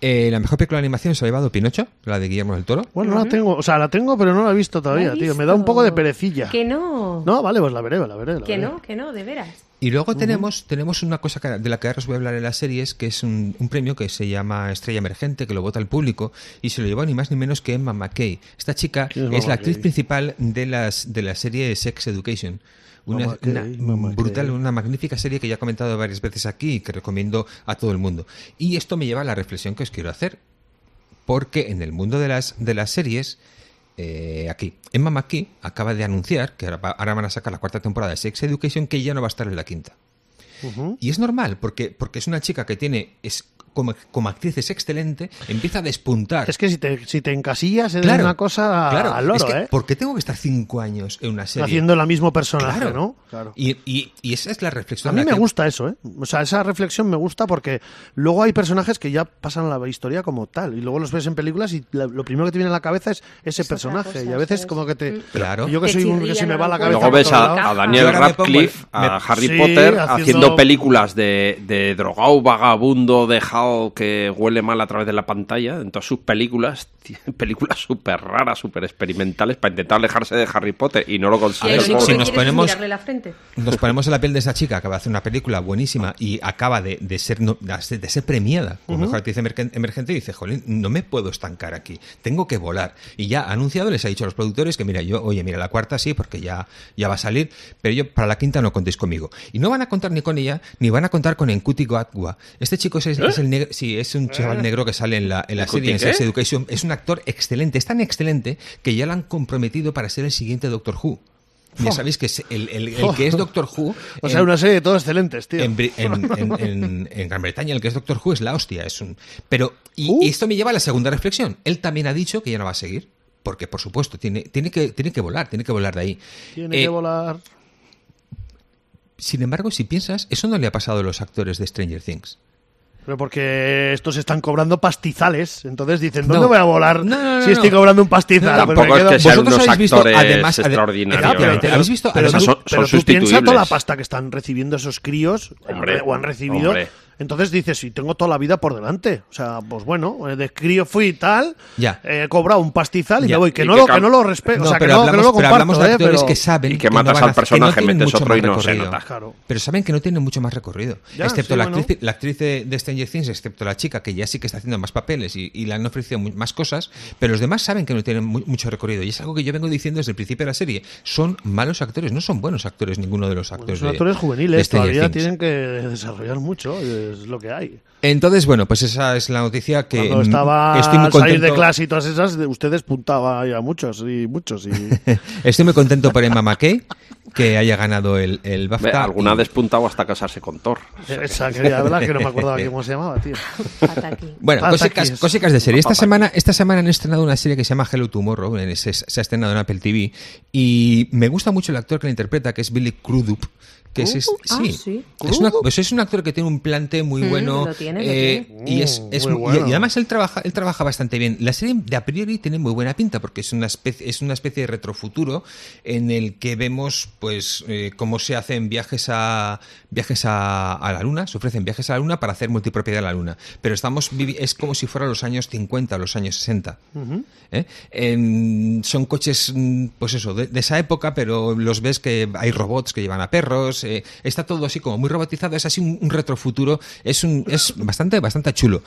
Speaker 2: Eh, la mejor película de animación se la ha llevado Pinocho, la de Guillermo del Toro.
Speaker 1: Bueno, no la tengo, o sea, la tengo, pero no la he visto todavía,
Speaker 4: Lo he
Speaker 1: tío. Me da un
Speaker 4: visto.
Speaker 1: poco de perecilla.
Speaker 4: Que no.
Speaker 1: No, eh. vale, pues la veré, la veré. la
Speaker 4: Que
Speaker 1: veré.
Speaker 4: no, que no, de veras.
Speaker 2: Y luego tenemos, tenemos una cosa que- de la que ahora os voy a hablar en las series, que es un, un premio que se llama Estrella Emergente, que lo vota el público, y se lo llevó ni más ni menos que Emma McKay. Esta chica es,
Speaker 1: ¿Quién es
Speaker 2: la
Speaker 1: Emma
Speaker 2: actriz
Speaker 1: McKay?
Speaker 2: principal de, las, de la serie Sex Education. Una,
Speaker 1: Mamá Kay,
Speaker 2: una
Speaker 1: mamá
Speaker 2: brutal,
Speaker 1: Kay.
Speaker 2: una magnífica serie que ya he comentado varias veces aquí y que recomiendo a todo el mundo. Y esto me lleva a la reflexión que os quiero hacer, porque en el mundo de las, de las series, eh, aquí, Emma McKee acaba de anunciar que ahora, va- ahora van a sacar la cuarta temporada de Sex Education, que ya no va a estar en la quinta.
Speaker 1: Ujú.
Speaker 2: Y es normal, porque, porque es una chica que tiene, es, como, como actriz es excelente, empieza a despuntar.
Speaker 1: Es que si te, si te encasillas es
Speaker 2: Claro,
Speaker 1: una cosa
Speaker 2: claro,
Speaker 1: al loro,
Speaker 2: es que,
Speaker 1: ¿eh?
Speaker 2: ¿Por qué tengo que estar cinco años en una serie?
Speaker 1: Haciendo el mismo personaje,
Speaker 2: Claro.
Speaker 1: ¿no? Claro.
Speaker 2: Y, y- y esa es la
Speaker 1: A
Speaker 2: reflexión.
Speaker 1: mí
Speaker 2: la
Speaker 1: me
Speaker 2: que-
Speaker 1: gusta eso, ¿eh? O sea, esa reflexión me gusta porque luego hay personajes que ya pasan la historia como tal y luego los ves en películas y la- lo primero que te viene a la cabeza es ese
Speaker 4: Es otra
Speaker 1: personaje
Speaker 4: cosa,
Speaker 1: y a veces
Speaker 4: ¿sabes?
Speaker 1: como que te...
Speaker 2: Claro.
Speaker 1: Yo que
Speaker 4: Te
Speaker 1: soy un que
Speaker 4: chirría,
Speaker 1: se me
Speaker 4: no
Speaker 1: va
Speaker 4: lo
Speaker 1: la
Speaker 4: puedo.
Speaker 1: cabeza...
Speaker 3: Luego
Speaker 1: por
Speaker 3: ves
Speaker 1: todo
Speaker 4: Yo
Speaker 1: lado.
Speaker 3: a, a
Speaker 4: ahora
Speaker 3: Daniel
Speaker 2: me pongo el-
Speaker 3: Radcliffe, a
Speaker 2: me-
Speaker 3: Harry
Speaker 1: Sí,
Speaker 3: Potter,
Speaker 1: haciendo-
Speaker 3: haciendo... películas de, de drogado, vagabundo, dejado, que huele mal a través de la pantalla. En todas sus películas, tiene películas súper raras, súper experimentales, para intentar alejarse de Harry Potter y no lo
Speaker 4: Y
Speaker 2: A ver,
Speaker 3: consigue.
Speaker 4: lo
Speaker 2: si-
Speaker 4: único
Speaker 2: si
Speaker 4: que
Speaker 2: nos
Speaker 4: quieres es
Speaker 2: ponemos-
Speaker 4: mirarle la frente.
Speaker 2: Nos ponemos en la piel de esa chica que va a hacer una película buenísima y acaba de, de ser, no- de de ser premiada como mejor actriz emergen- emergente y dice, jolín, no me puedo estancar aquí, tengo que volar. Y ya ha anunciado, les ha dicho a los productores que mira, yo, oye, mira, la cuarta sí, porque ya, ya va a salir, pero yo para la quinta no contéis conmigo. Y no van a contar ni con ella, ni van a contar con Encuti Goatwa. Este chico es, es el negro, sí, es un chaval negro que sale en la, en la
Speaker 3: ¿Encuti
Speaker 2: serie en
Speaker 3: qué?
Speaker 2: Sex Education. Es un actor excelente, es tan excelente que ya lo han comprometido para ser el siguiente Doctor Who. Ya sabéis que es el, el- el que es Doctor Who.
Speaker 1: Oh. O sea,
Speaker 2: en-
Speaker 1: una serie de todos excelentes, tío.
Speaker 2: en, Bri- en- en- en- en Gran Bretaña, el que es Doctor Who es la hostia. Es un... Pero, y,
Speaker 1: Uh.
Speaker 2: y esto me lleva a la segunda reflexión. Él también ha dicho que ya no va a seguir. Porque, por supuesto, tiene, tiene, que, tiene que volar, tiene que volar de ahí.
Speaker 1: Tiene
Speaker 2: Eh,
Speaker 1: que volar...
Speaker 2: Sin embargo, si piensas, eso no le ha pasado a los actores de Stranger Things.
Speaker 1: Pero porque estos están cobrando pastizales, entonces dicen, ¿dónde
Speaker 2: No.
Speaker 1: voy a volar
Speaker 2: No, no, no,
Speaker 1: si estoy
Speaker 2: no.
Speaker 1: cobrando un pastizal?
Speaker 2: No,
Speaker 1: Pues
Speaker 3: tampoco
Speaker 1: me
Speaker 3: es
Speaker 1: quedo-
Speaker 3: que sean
Speaker 2: Vosotros
Speaker 3: unos
Speaker 2: habéis visto,
Speaker 3: actores
Speaker 2: además- ade-
Speaker 3: extraordinarios.
Speaker 2: Exactamente, habéis visto-
Speaker 1: pero
Speaker 2: además-
Speaker 1: tú-
Speaker 3: son- son
Speaker 1: pero tú piensas toda la
Speaker 3: sustituibles.
Speaker 1: pasta que están recibiendo esos críos o han-
Speaker 3: Hombre,
Speaker 1: o han recibido.
Speaker 3: hombre.
Speaker 1: Entonces dices, si tengo toda la vida por delante. O sea, pues bueno, eh, de crío fui y tal,
Speaker 2: Ya.
Speaker 1: eh, he cobrado un pastizal y
Speaker 2: Ya.
Speaker 1: me voy. Que,
Speaker 3: Y
Speaker 1: no,
Speaker 3: que
Speaker 1: lo,
Speaker 3: cam-
Speaker 1: que no lo respeto, o sea, que
Speaker 2: pero
Speaker 1: no, que
Speaker 2: hablamos,
Speaker 1: no lo
Speaker 2: pero
Speaker 1: comparto.
Speaker 2: hablamos de
Speaker 1: eh,
Speaker 2: actores
Speaker 1: pero-
Speaker 2: que saben
Speaker 3: Y que matas
Speaker 2: no van
Speaker 3: al
Speaker 2: a- que no
Speaker 3: personaje,
Speaker 2: tienen
Speaker 3: metes
Speaker 2: mucho
Speaker 3: otro
Speaker 2: más
Speaker 3: y no se
Speaker 2: recorrido.
Speaker 3: nota.
Speaker 1: Claro.
Speaker 2: Pero saben que no tienen mucho más recorrido.
Speaker 1: Ya,
Speaker 2: excepto
Speaker 1: sí,
Speaker 2: la
Speaker 1: bueno.
Speaker 2: actriz, la actriz de, de Stranger Things, excepto la chica que ya sí que está haciendo más papeles y, y le han ofrecido mu- más cosas, pero los demás saben que no tienen mu- mucho recorrido. Y es algo que yo vengo diciendo desde el principio de la serie. Son malos actores, no son buenos actores ninguno de los actores.
Speaker 1: Son
Speaker 2: de-
Speaker 1: actores
Speaker 2: de este.
Speaker 1: juveniles,
Speaker 2: Stranger
Speaker 1: todavía
Speaker 2: Things.
Speaker 1: tienen que eh, desarrollar mucho, eh, es lo que hay.
Speaker 2: Entonces, bueno, pues esa es la noticia que
Speaker 1: Cuando
Speaker 2: mm,
Speaker 1: estaba
Speaker 2: estoy muy
Speaker 1: al salir de
Speaker 2: contento-
Speaker 1: clase y todas esas, de- usted despuntaba ya muchos y muchos. Y...
Speaker 2: Estoy muy contento por Emma McKay que haya ganado el, el
Speaker 3: Ve,
Speaker 2: BAFTA.
Speaker 3: Alguna ha
Speaker 2: y-
Speaker 3: despuntado hasta casarse con Thor.
Speaker 1: Esa que la verdad que no me acordaba cómo se llamaba, tío.
Speaker 4: Pataki.
Speaker 2: Bueno,
Speaker 1: Pataquis.
Speaker 2: cosicas, cosicas de serie. Esta semana, esta semana han estrenado una serie que se llama Hello Tomorrow. en- Se, se ha estrenado en Apple TV. Y me gusta mucho el actor que la interpreta, que es Billy Crudup. Que es, es-
Speaker 4: Ah,
Speaker 2: sí,
Speaker 4: sí.
Speaker 2: Es, una- pues es un actor que tiene un plante muy
Speaker 4: Mm,
Speaker 2: bueno.
Speaker 4: lo tiene, lo
Speaker 2: eh, Y, es,
Speaker 1: Mm,
Speaker 2: es
Speaker 1: muy
Speaker 2: muy- y-
Speaker 1: bueno.
Speaker 2: y además él trabaja, él trabaja bastante bien. La serie de a priori tiene muy buena pinta porque es una especie, es una especie de retrofuturo en el que vemos pues eh, cómo se hacen viajes a viajes a, a la luna, se ofrecen viajes a la luna para hacer multipropiedad a la luna. Pero estamos vivi- es como si fuera los años 50 o los años 60. ¿eh? Em, son coches, mm, pues eso, de, de esa época, pero los ves que hay robots que llevan a perros, eh, está todo así como muy robotizado, es así un, un retrofuturo, es, un, es bastante, bastante chulo.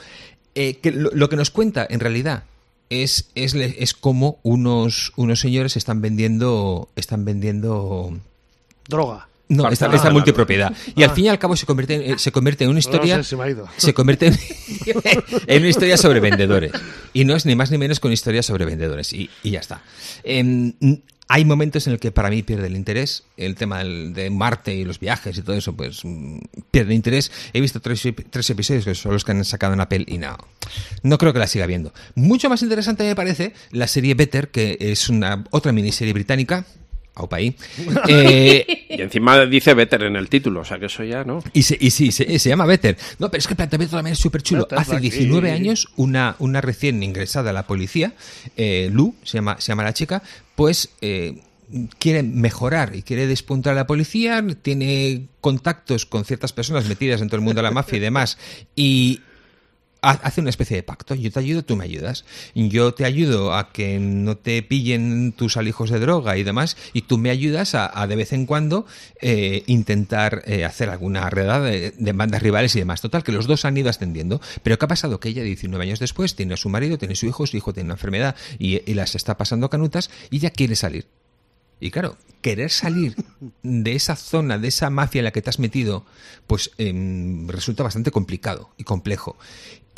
Speaker 2: Eh, que lo, lo que nos cuenta, en realidad, es, es, le- es como unos, unos señores están vendiendo, están vendiendo
Speaker 1: Droga.
Speaker 2: No, esta, esta multipropiedad. Y al fin y al cabo se convierte en, eh, se convierte en una historia.
Speaker 1: No sé si me ha ido.
Speaker 2: Se convierte en, en una historia sobre vendedores. Y no es ni más ni menos que una historia sobre vendedores. Y, y ya está. Em, hay momentos en el que para mí pierde el interés. El tema del- de Marte y los viajes y todo eso, pues mm, pierde interés. He visto tres, ep- tres episodios que son los que han sacado en Apple y no. No creo que la siga viendo. Mucho más interesante me parece la serie Better, que es una otra miniserie británica. Aupa ahí. Eh,
Speaker 3: Y encima dice Better en el título, o sea que eso ya, ¿no?
Speaker 2: y, se, y sí, se, se llama Better. No, pero es que el planteamiento también es súper chulo.
Speaker 1: Better
Speaker 2: Hace
Speaker 1: aquí.
Speaker 2: 19 años, una, una recién ingresada a la policía, eh, Lu, se llama, se llama la chica, pues eh, quiere mejorar y quiere despuntar a la policía, tiene contactos con ciertas personas metidas en todo el mundo de la mafia y demás, y, ha- hace una especie de pacto. Yo te ayudo, tú me ayudas. Yo te ayudo a que no te pillen tus alijos de droga y demás, y tú me ayudas a, a de vez en cuando eh, intentar eh, hacer alguna redada de, de bandas rivales y demás. Total, que los dos han ido ascendiendo. Pero ¿qué ha pasado? Que ella, 19 años después, tiene a su marido, tiene a su hijo, su hijo tiene una enfermedad y, y las está pasando canutas y ella quiere salir. Y claro, querer salir de esa zona, de esa mafia en la que te has metido, pues em, resulta bastante complicado y complejo.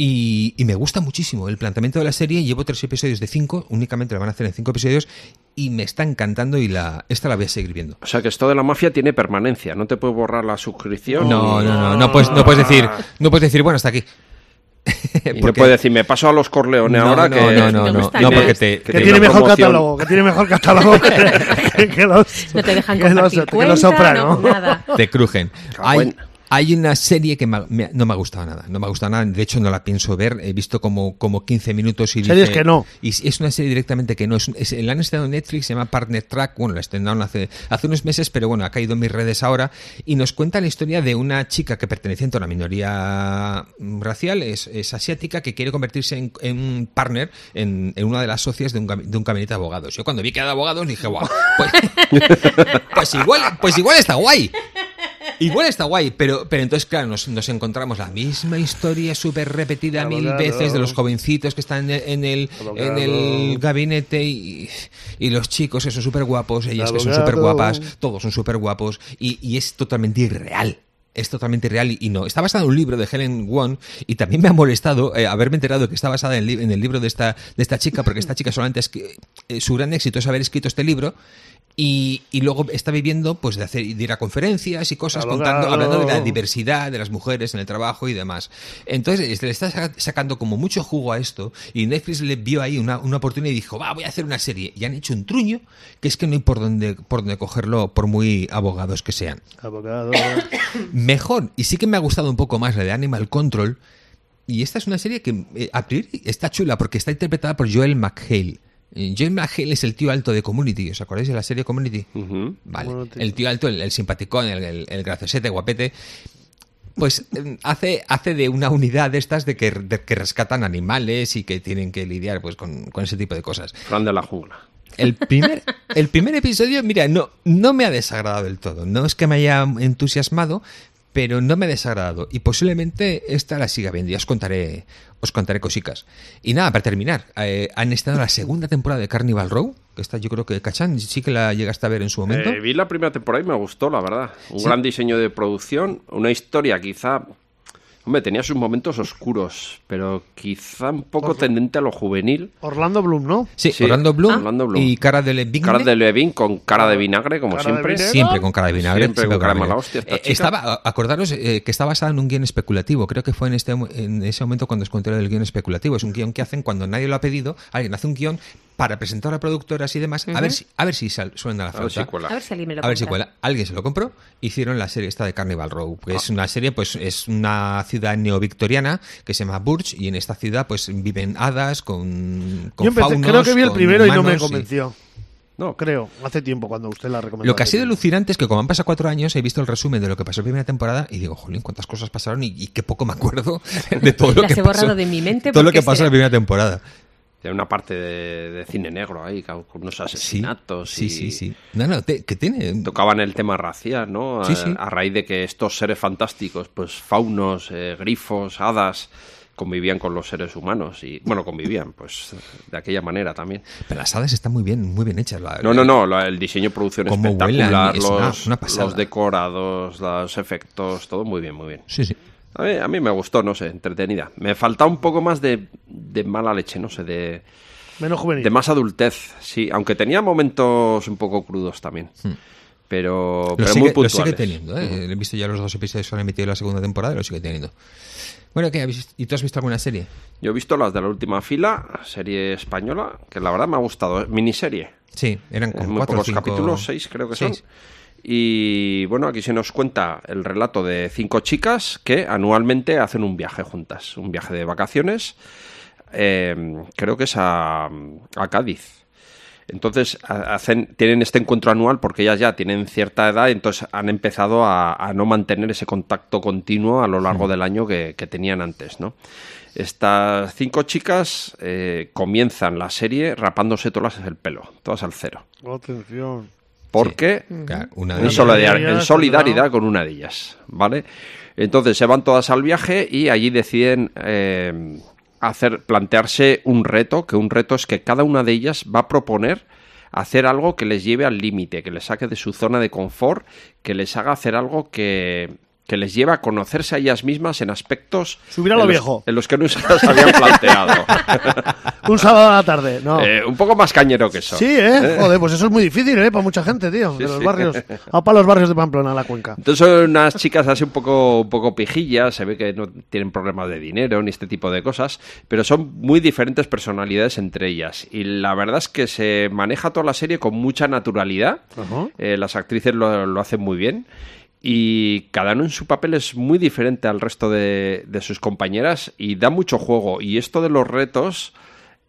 Speaker 2: Y, y me gusta muchísimo el planteamiento de la serie. Llevo tres episodios de cinco, únicamente la van a hacer en cinco episodios, y me está encantando y la, esta la voy a seguir viendo.
Speaker 3: O sea que esto de la mafia tiene permanencia, no te puedes borrar la suscripción.
Speaker 2: No, no,
Speaker 3: y-
Speaker 2: no, no puedes, no puedes decir, no puedes decir, bueno, hasta aquí.
Speaker 3: Y no
Speaker 2: Porque-
Speaker 3: puedes decir, me paso a los Corleones
Speaker 2: No,
Speaker 3: ahora
Speaker 2: no,
Speaker 3: que.
Speaker 2: no, no,
Speaker 4: Te
Speaker 2: no,
Speaker 4: gusta
Speaker 2: no,
Speaker 4: que-
Speaker 2: porque te,
Speaker 3: que
Speaker 1: Que
Speaker 2: te-
Speaker 1: tiene
Speaker 3: una
Speaker 1: mejor
Speaker 3: promoción.
Speaker 1: catálogo, que tiene mejor catálogo que, que los.
Speaker 4: No te dejan
Speaker 1: que los-
Speaker 4: compartir
Speaker 1: que los
Speaker 4: cuenta,
Speaker 1: Soprano.
Speaker 4: no, nada.
Speaker 2: te crujen.
Speaker 1: Ah,
Speaker 3: Cago
Speaker 2: Hay,
Speaker 3: en-
Speaker 2: hay una serie que me- me- no me ha gustado nada. No me ha gustado nada. De hecho, no la pienso ver. He visto como, como 15 minutos y
Speaker 1: Series
Speaker 2: dije-
Speaker 1: que no.
Speaker 2: Y es- es una serie directamente que no. Es, un- es- la han estrenado en Netflix, se llama Partner Track. Bueno, la estrenaron hace, hace unos meses, pero bueno, ha caído en mis redes ahora. Y nos cuenta la historia de una chica que perteneciente a una minoría mm, racial, es, es asiática, que quiere convertirse en, en partner, en, en una de las socias de un, gabi- de un gabinete de abogados. Yo cuando vi que era de abogados dije, guau, pues, pues igual, pues igual está guay. Igual está guay, pero, pero entonces, claro, nos, nos encontramos la misma historia súper repetida
Speaker 1: Claro,
Speaker 2: mil
Speaker 1: claro.
Speaker 2: veces de los jovencitos que están en el, en el gabinete y, y los chicos que son súper guapos, ellas que son
Speaker 1: Abogado.
Speaker 2: súper guapas, todos son súper guapos y, y es totalmente irreal. Es totalmente irreal y, y no. Está basada en un libro de Helen Wong y también me ha molestado eh, haberme enterado que está basada en, el li- en el libro de esta, de esta chica, porque esta chica solamente es que eh, su gran éxito es haber escrito este libro y, y luego está viviendo pues de hacer de ir a conferencias y cosas contando,
Speaker 1: Abogado.
Speaker 2: hablando de la diversidad de las mujeres en el trabajo y demás. Entonces es- le está saca- sacando como mucho jugo a esto y Netflix le vio ahí una, una oportunidad y dijo, va, voy a hacer una serie. Y han hecho un truño que es que no hay por dónde, por dónde cogerlo por muy abogados que sean.
Speaker 1: Abogado.
Speaker 2: Mejor, y sí que me ha gustado un poco más la de Animal Control. Y esta es una serie que eh, a priori está chula porque está interpretada por Joel McHale. Eh, Joel McHale es el tío alto de Community. ¿Os acordáis de la serie Community?
Speaker 3: Ujú.
Speaker 2: Vale.
Speaker 1: Bueno, tío.
Speaker 2: El tío alto, el, el simpaticón, el, el, el graciosete, guapete. Pues em, hace, hace de una unidad de estas de que, de que rescatan animales y que tienen que lidiar pues, con, con ese tipo de cosas.
Speaker 3: Fran de la jungla.
Speaker 2: El primer, el primer episodio, mira, no, no me ha desagradado del todo. No es que me haya entusiasmado, pero no me ha desagradado. Y posiblemente esta la siga viendo. Ya os contaré, os contaré cositas. Y nada, para terminar, eh, han estado en la segunda temporada de Carnival Row. Que esta yo creo que Cachán sí que la llegaste a ver en su momento.
Speaker 3: Eh, vi la primera temporada y me gustó, la verdad. Un
Speaker 2: Sí.
Speaker 3: gran diseño de producción, una historia quizá... Hombre, tenía sus momentos oscuros, pero quizá un poco tendente a lo juvenil.
Speaker 1: Orlando Bloom, ¿no?
Speaker 2: Sí,
Speaker 3: Sí, Ah.
Speaker 2: Orlando, Bloom
Speaker 3: Orlando Bloom.
Speaker 2: y Cara de Levigne.
Speaker 3: Cara de Levin con cara de vinagre, como
Speaker 1: Cara de
Speaker 3: siempre.
Speaker 1: vinagre.
Speaker 2: Siempre con cara de vinagre.
Speaker 3: Siempre con cara de mala
Speaker 2: vinagre.
Speaker 3: hostia, esta
Speaker 2: Eh,
Speaker 3: chica.
Speaker 2: estaba, acordaros eh, que está basada en un guión especulativo. Creo que fue en, este, en ese momento cuando os conté lo del guión especulativo. Es un guión que hacen cuando nadie lo ha pedido. Alguien hace un guión para presentar a productoras y demás. A ver si, a ver si sal- suena la
Speaker 3: A ver si
Speaker 2: flauta.
Speaker 3: cuela.
Speaker 4: A ver si alguien me lo
Speaker 2: A ver si
Speaker 4: compra.
Speaker 2: cuela. Alguien se lo compró. Hicieron la serie esta de Carnival Row, que
Speaker 3: Ah.
Speaker 2: es una serie, pues es una ciudad neovictoriana que se llama Burch y en esta ciudad pues viven hadas con, con
Speaker 1: Yo empecé-
Speaker 2: faunos,
Speaker 1: creo que vi el
Speaker 2: con
Speaker 1: primero y no me
Speaker 2: humanos
Speaker 1: convenció.
Speaker 3: No,
Speaker 1: Creo, hace tiempo cuando usted la recomendó.
Speaker 2: Lo que ha sido alucinante es que como han pasado cuatro años he visto el resumen de lo que pasó en primera temporada y digo, jolín, cuántas cosas pasaron y, y qué poco me acuerdo de todo lo
Speaker 4: Las
Speaker 2: que
Speaker 4: he
Speaker 2: pasó.
Speaker 4: borrado de mi mente
Speaker 2: Todo lo
Speaker 4: porque
Speaker 2: que pasó en
Speaker 4: será-
Speaker 2: la primera temporada.
Speaker 3: tiene una parte de, de cine negro ahí, con unos
Speaker 2: Sí,
Speaker 3: asesinatos.
Speaker 2: sí,
Speaker 3: y...
Speaker 2: sí, sí. No, no, te- que tiene...
Speaker 3: tocaban el tema racial, ¿no? A,
Speaker 2: Sí, sí.
Speaker 3: a raíz de que estos seres fantásticos, pues faunos, eh, grifos, hadas, convivían con los seres humanos y bueno convivían pues de aquella manera también
Speaker 2: Pero las hadas están muy bien, muy bien hechas. la-
Speaker 3: no no no la- el diseño producción
Speaker 2: Cómo
Speaker 3: espectacular
Speaker 2: vuelan, es una-
Speaker 3: los,
Speaker 2: una pasada.
Speaker 3: los decorados los efectos todo muy bien muy bien
Speaker 2: Sí, sí.
Speaker 3: a mí, a mí me gustó no sé entretenida me faltaba un poco más de, de mala leche no sé de
Speaker 1: Menos juvenil.
Speaker 3: de más adultez sí aunque tenía momentos un poco crudos también pero,
Speaker 2: Hmm. Lo
Speaker 3: pero
Speaker 2: sigue,
Speaker 3: muy
Speaker 2: lo
Speaker 3: puntuales
Speaker 2: sigue teniendo, ¿eh? He visto ya los dos episodios que han emitido de la segunda temporada y lo sigue teniendo. Bueno, ¿qué? ¿Habéis- ¿Y tú has visto alguna serie?
Speaker 3: Yo he visto las de la última fila, serie española, que la verdad me ha gustado. es Miniserie.
Speaker 2: Sí, eran como
Speaker 3: Muy
Speaker 2: cuatro o
Speaker 3: pocos
Speaker 2: cinco-
Speaker 3: capítulos, seis creo que
Speaker 2: seis.
Speaker 3: son. Y bueno, aquí se nos cuenta el relato de cinco chicas que anualmente hacen un viaje juntas, un viaje de vacaciones. eh, creo que es a, a Cádiz. Entonces ha- hacen, tienen este encuentro anual porque ellas ya tienen cierta edad, entonces han empezado a, a no mantener ese contacto continuo a lo largo del año que, que tenían antes, ¿no? Estas cinco chicas eh, comienzan la serie rapándose todas el pelo, todas al cero.
Speaker 1: Atención.
Speaker 3: Porque
Speaker 2: Claro, una de
Speaker 3: en,
Speaker 1: Una
Speaker 2: ellas.
Speaker 3: solidar-
Speaker 1: solidaridad,
Speaker 3: en solidaridad
Speaker 1: claro.
Speaker 3: con una de ellas, ¿vale? Entonces se van todas al viaje y allí deciden eh, hacer, plantearse un reto, que un reto es que cada una de ellas va a proponer hacer algo que les lleve al límite, que les saque de su zona de confort, que les haga hacer algo que, que les lleve a conocerse a ellas mismas en aspectos...
Speaker 1: Subir a lo
Speaker 3: en los-
Speaker 1: viejo.
Speaker 3: en los que no se las habían planteado.
Speaker 1: Un sábado a la tarde, no.
Speaker 3: Eh, un poco más cañero que eso.
Speaker 1: Sí, ¿eh? Joder, pues eso es muy difícil, ¿eh? Para mucha gente, tío.
Speaker 3: Sí,
Speaker 1: de los
Speaker 3: sí.
Speaker 1: barrios. A para los barrios de Pamplona, la cuenca.
Speaker 3: Entonces son unas chicas así un poco, un poco pijillas, se ve que no tienen problemas de dinero ni este tipo de cosas, pero son muy diferentes personalidades entre ellas. Y la verdad es que se maneja toda la serie con mucha naturalidad,
Speaker 1: Ajá.
Speaker 3: Eh, las actrices lo, lo hacen muy bien. Y cada uno en su papel es muy diferente al resto de, de sus compañeras y da mucho juego. Y esto de los retos,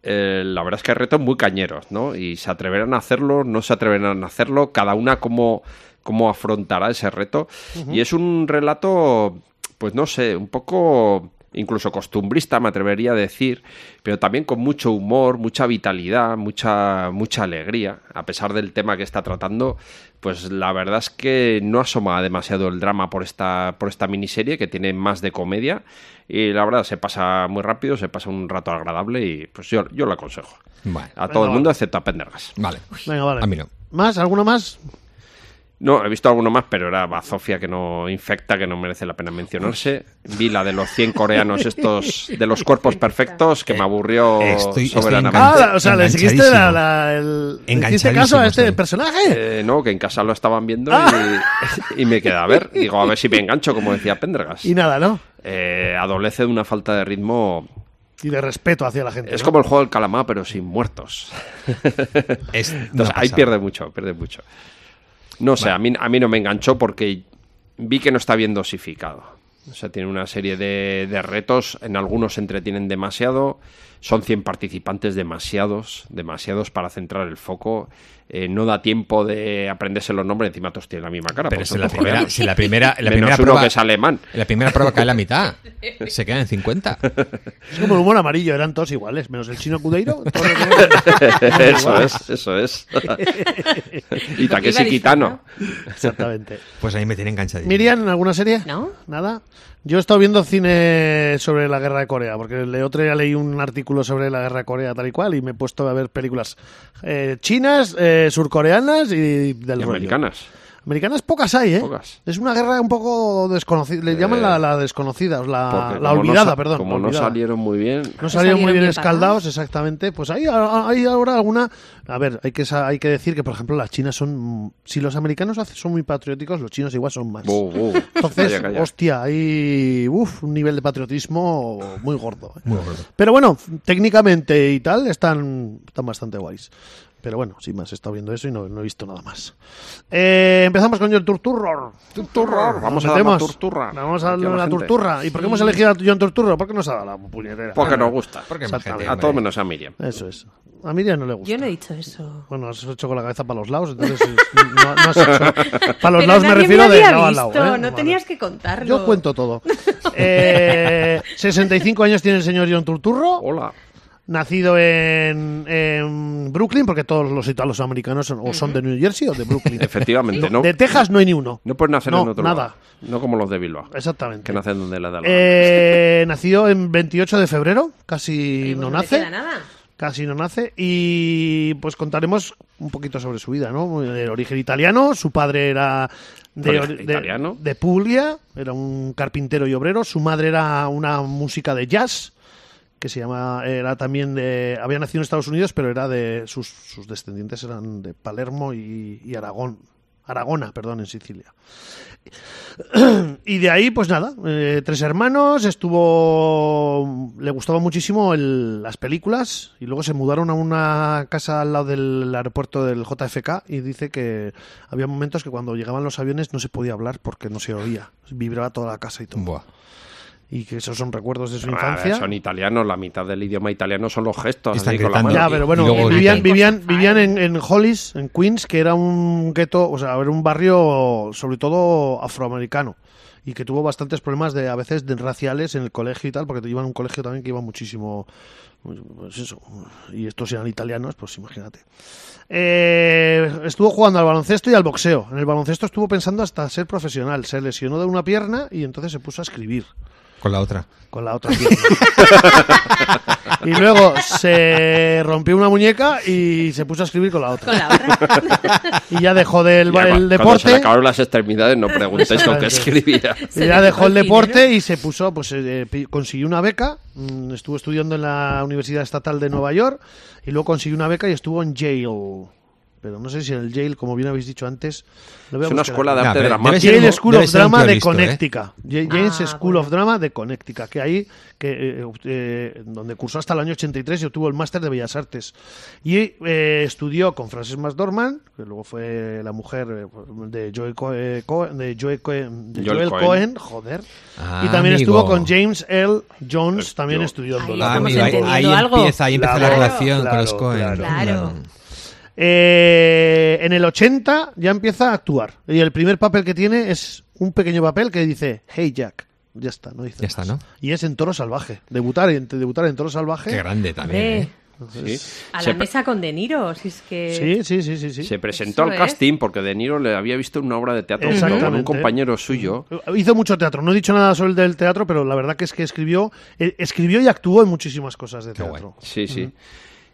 Speaker 3: eh, la verdad es que hay retos muy cañeros, ¿no? Y se atreverán a hacerlo, no se atreverán a hacerlo, cada una cómo, cómo afrontará ese reto. Y es un relato, pues no sé, un poco incluso costumbrista, me atrevería a decir, pero también con mucho humor, mucha vitalidad, mucha, mucha alegría, a pesar del tema que está tratando, pues la verdad es que no asoma demasiado el drama por esta, por esta miniserie, que tiene más de comedia, y la verdad se pasa muy rápido, se pasa un rato agradable, y pues yo, yo lo aconsejo.
Speaker 2: Vale.
Speaker 3: A todo el
Speaker 1: vale.
Speaker 3: mundo, excepto a Pendergas.
Speaker 2: Vale.
Speaker 1: Venga, vale.
Speaker 2: A mí no.
Speaker 1: ¿Más? ¿Alguno más?
Speaker 3: No, he visto alguno más, pero era Bazofia que no infecta, que no merece la pena mencionarse. Vi la de los 100 coreanos estos, de los cuerpos perfectos, que me aburrió
Speaker 2: Estoy- estoy
Speaker 1: Ah,
Speaker 3: soberanamente.
Speaker 2: encanta-
Speaker 1: la- o sea, ¿le seguiste
Speaker 2: enganchadísimo.
Speaker 1: la, la- el... ¿le hiciste
Speaker 2: Enganchadísimo
Speaker 1: caso a este
Speaker 2: estoy.
Speaker 1: personaje?
Speaker 3: Eh, no, que en casa lo estaban viendo y, y me quedé a ver. Digo, a ver si me engancho, como decía Pendergas.
Speaker 1: Y nada, ¿no?
Speaker 3: Eh, adolece de una falta de ritmo.
Speaker 1: Y de respeto hacia la gente.
Speaker 3: Es
Speaker 1: ¿no?
Speaker 3: como el juego del calamar, pero sin muertos.
Speaker 2: Es una
Speaker 3: Entonces, ahí
Speaker 2: pasada.
Speaker 3: pierde mucho, pierde mucho. No sé, a, mí, a mí no me enganchó porque vi que no está bien dosificado. O sea, tiene una serie de, de retos, en algunos se entretienen demasiado, son 100 participantes demasiados, demasiados para centrar el foco, eh, no da tiempo de aprenderse los nombres, encima todos tienen la misma cara.
Speaker 2: Pero
Speaker 3: porque
Speaker 2: si
Speaker 3: son
Speaker 2: la
Speaker 3: todos
Speaker 2: primera,
Speaker 3: coreanos.
Speaker 2: si la primera, la
Speaker 3: Menos
Speaker 2: primera
Speaker 3: uno
Speaker 2: prueba
Speaker 3: que es alemán.
Speaker 2: La primera prueba cae la mitad. Se quedan en 50.
Speaker 1: Es como el humor amarillo, eran todos iguales, menos el chino Cudeiro. todos los demás.
Speaker 3: eso es, eso es. y Takeshi Kitano.
Speaker 1: Exactamente.
Speaker 2: Pues ahí me tienen enganchadísimo.
Speaker 1: Eh, Miriam, ¿alguna serie?
Speaker 4: No.
Speaker 1: Nada. Yo he estado viendo cine sobre la guerra de Corea, porque el otro día leí un artículo sobre la guerra de Corea tal y cual y me he puesto a ver películas eh, chinas, eh, surcoreanas y del
Speaker 3: Y
Speaker 1: rollo.
Speaker 3: americanas.
Speaker 1: Americanas pocas hay, ¿eh?
Speaker 3: Pocas. Eh,
Speaker 1: Es una guerra un poco desconocida. Le llaman la, la desconocida, o la,
Speaker 3: Porque
Speaker 1: Ah, la
Speaker 3: como no
Speaker 1: olvidada,
Speaker 3: sa-
Speaker 1: perdón.
Speaker 3: Como
Speaker 1: la
Speaker 3: no
Speaker 1: olvidada.
Speaker 3: salieron muy bien.
Speaker 1: No salieron muy bien
Speaker 4: bien
Speaker 1: escaldados,
Speaker 4: pagados.
Speaker 1: exactamente. Pues hay, hay ahora alguna... A ver, hay que, sa- hay que decir que, por ejemplo, las chinas son... Si los americanos hace- son muy patrióticos, los chinos igual son más.
Speaker 3: Bu, bu.
Speaker 1: Entonces,
Speaker 3: Calla, calla.
Speaker 1: hostia, hay uf, un nivel de patriotismo muy gordo. ¿eh?
Speaker 2: Muy gordo.
Speaker 1: Pero bueno, técnicamente y tal, están, están bastante guays. Pero bueno, sin más, he estado viendo eso y no, no he visto nada más. Eh, empezamos con John Turturro.
Speaker 3: Turturro, vamos a
Speaker 1: Nos
Speaker 3: dar una
Speaker 1: metemos.
Speaker 3: turturra.
Speaker 1: Vamos a
Speaker 3: Aquí a
Speaker 1: darle
Speaker 3: la
Speaker 1: la
Speaker 3: gente.
Speaker 1: turturra. ¿Y por qué hemos elegido a John Turturro? ¿Por qué nos ha dado la puñetera?
Speaker 3: Porque nos gusta.
Speaker 2: Porque más gente,
Speaker 3: a
Speaker 2: hombre.
Speaker 3: todo menos a Miriam.
Speaker 1: Eso es. A Miriam no le gusta.
Speaker 4: Yo no he dicho eso.
Speaker 1: Bueno, has hecho con la cabeza para los lados, entonces es- no, no has hecho. Para los
Speaker 4: Pero
Speaker 1: lados me
Speaker 4: nadie
Speaker 1: refiero
Speaker 4: lo
Speaker 1: de
Speaker 4: había
Speaker 1: lado a
Speaker 4: visto,
Speaker 1: lado. ¿eh?
Speaker 4: No
Speaker 1: Vale.
Speaker 4: tenías que contarlo.
Speaker 1: Yo cuento todo. Eh, 65 años tiene el señor John Turturro.
Speaker 3: Hola.
Speaker 1: nacido en, en Brooklyn, porque todos los italianos americanos son, o son de New Jersey o de Brooklyn.
Speaker 3: Efectivamente, ¿no?
Speaker 1: De Texas no hay ni uno.
Speaker 3: No pueden nacer
Speaker 1: No,
Speaker 3: en otro
Speaker 1: nada.
Speaker 3: lado. No como los de Bilbao.
Speaker 1: Exactamente.
Speaker 3: Que nacen donde les da la
Speaker 1: Eh, nacido en 28 de febrero, casi
Speaker 3: Eh,
Speaker 4: Pues
Speaker 1: no
Speaker 4: no te
Speaker 1: nace.
Speaker 4: queda nada.
Speaker 1: Casi no nace. Y pues contaremos un poquito sobre su vida, ¿no? El origen italiano, su padre era de,
Speaker 3: Origen
Speaker 1: de-
Speaker 3: italiano.
Speaker 1: de Puglia, era un carpintero y obrero. Su madre era una música de jazz que se llama era también de había nacido en Estados Unidos pero era de sus, sus descendientes eran de Palermo y, y Aragón Aragona perdón en Sicilia y de ahí, pues nada, eh, tres hermanos, estuvo. Le gustaba muchísimo el- las películas y luego se mudaron a una casa al lado del aeropuerto del JFK y dice que había momentos que cuando llegaban los aviones no se podía hablar porque no se oía, vibraba toda la casa y todo.
Speaker 2: Buah.
Speaker 1: Y que esos son recuerdos de su
Speaker 3: gana. Ah,
Speaker 1: infancia.
Speaker 3: son italianos, la mitad del idioma italiano son los gestos.
Speaker 2: Están
Speaker 3: así, con la
Speaker 2: gritando.
Speaker 3: mano.
Speaker 1: Ya, pero
Speaker 2: Bueno, y-
Speaker 1: bueno,
Speaker 2: y luego
Speaker 1: vivían,
Speaker 4: gritan.
Speaker 1: vivían, vivían en, en Hollis, en Queens, que era un gueto, o sea, era un barrio sobre todo afroamericano y que tuvo bastantes problemas de a veces de raciales en el colegio y tal, porque iban a un colegio también que iba muchísimo, pues eso, y estos eran italianos, pues imagínate. Eh, estuvo jugando al baloncesto y al boxeo. En el baloncesto estuvo pensando hasta ser profesional. Se lesionó de una pierna y entonces se puso a escribir
Speaker 2: Con la otra.
Speaker 1: con la otra pierna. y luego se rompió una muñeca y se puso a escribir con la otra.
Speaker 4: Con la otra.
Speaker 1: Y ya dejó del
Speaker 3: Y además,
Speaker 1: el
Speaker 3: Cuando se le
Speaker 1: deporte.
Speaker 3: acabaron las extremidades, no preguntéis con qué escribía.
Speaker 1: Y
Speaker 4: Se
Speaker 1: ya dejó
Speaker 4: dedicó
Speaker 1: el
Speaker 4: al cine,
Speaker 1: deporte y se puso, pues eh, pi- consiguió una beca, mm, estuvo estudiando en la Universidad Estatal de Nueva York y luego consiguió una beca y estuvo en Yale. Pero no sé si en el Yale, como bien habéis dicho antes, lo voy a
Speaker 3: Es una
Speaker 1: buscar
Speaker 3: escuela
Speaker 2: No,
Speaker 3: de arte
Speaker 2: pero debe
Speaker 3: dramático.
Speaker 2: ser
Speaker 1: Yale
Speaker 2: un-
Speaker 1: School
Speaker 2: debe
Speaker 1: of
Speaker 2: ser un
Speaker 1: Drama de
Speaker 2: pianista, ¿eh?
Speaker 1: Connecticut. Ye- Yale's
Speaker 4: Ah,
Speaker 1: School
Speaker 4: bueno.
Speaker 1: of Drama de Connecticut, que ahí que, eh, eh, donde cursó hasta el año 83 y obtuvo el máster de Bellas Artes. Y eh, estudió con Frances McDormand, que luego fue la mujer eh, de Joel Co- eh, Cohen, de Joel Cohen, de
Speaker 3: Joel
Speaker 1: Joel
Speaker 3: Cohen.
Speaker 1: Cohen, joder.
Speaker 2: Ah,
Speaker 1: y también
Speaker 2: amigo. Eh,
Speaker 1: estuvo con James L. Jones, también
Speaker 3: yo-
Speaker 1: estudió en
Speaker 4: Ahí
Speaker 1: Dolores.
Speaker 4: Ah, estamos
Speaker 2: ahí, ahí
Speaker 4: entendiendo algo.
Speaker 2: empieza, ahí empieza
Speaker 1: Claro,
Speaker 2: la relación
Speaker 1: claro,
Speaker 2: con los Cohen.
Speaker 4: claro. Claro.
Speaker 1: Eh, en el 80 ya empieza a actuar. Y el primer papel que tiene es un pequeño papel que dice, hey Jack. Ya está, no dice
Speaker 2: Ya está,
Speaker 1: más.
Speaker 2: ¿no?
Speaker 1: Y es en Toro Salvaje. Debutar en, debutar en Toro Salvaje.
Speaker 2: Qué grande también.
Speaker 4: Hombre,
Speaker 2: ¿eh?
Speaker 3: Sí.
Speaker 4: A
Speaker 3: Se
Speaker 4: la
Speaker 3: pre-
Speaker 4: mesa con De Niro, si es que...
Speaker 1: Sí, sí, sí, sí. sí.
Speaker 3: Se presentó
Speaker 4: Eso
Speaker 3: al
Speaker 4: es.
Speaker 3: casting porque De Niro le había visto en una obra de teatro junto con un
Speaker 1: Exactamente.
Speaker 3: compañero suyo.
Speaker 1: Hizo mucho teatro. No he dicho nada sobre el del teatro, pero la verdad que es que escribió, eh, escribió y actuó en muchísimas cosas de
Speaker 2: Qué guay.
Speaker 1: teatro.
Speaker 3: Sí, sí.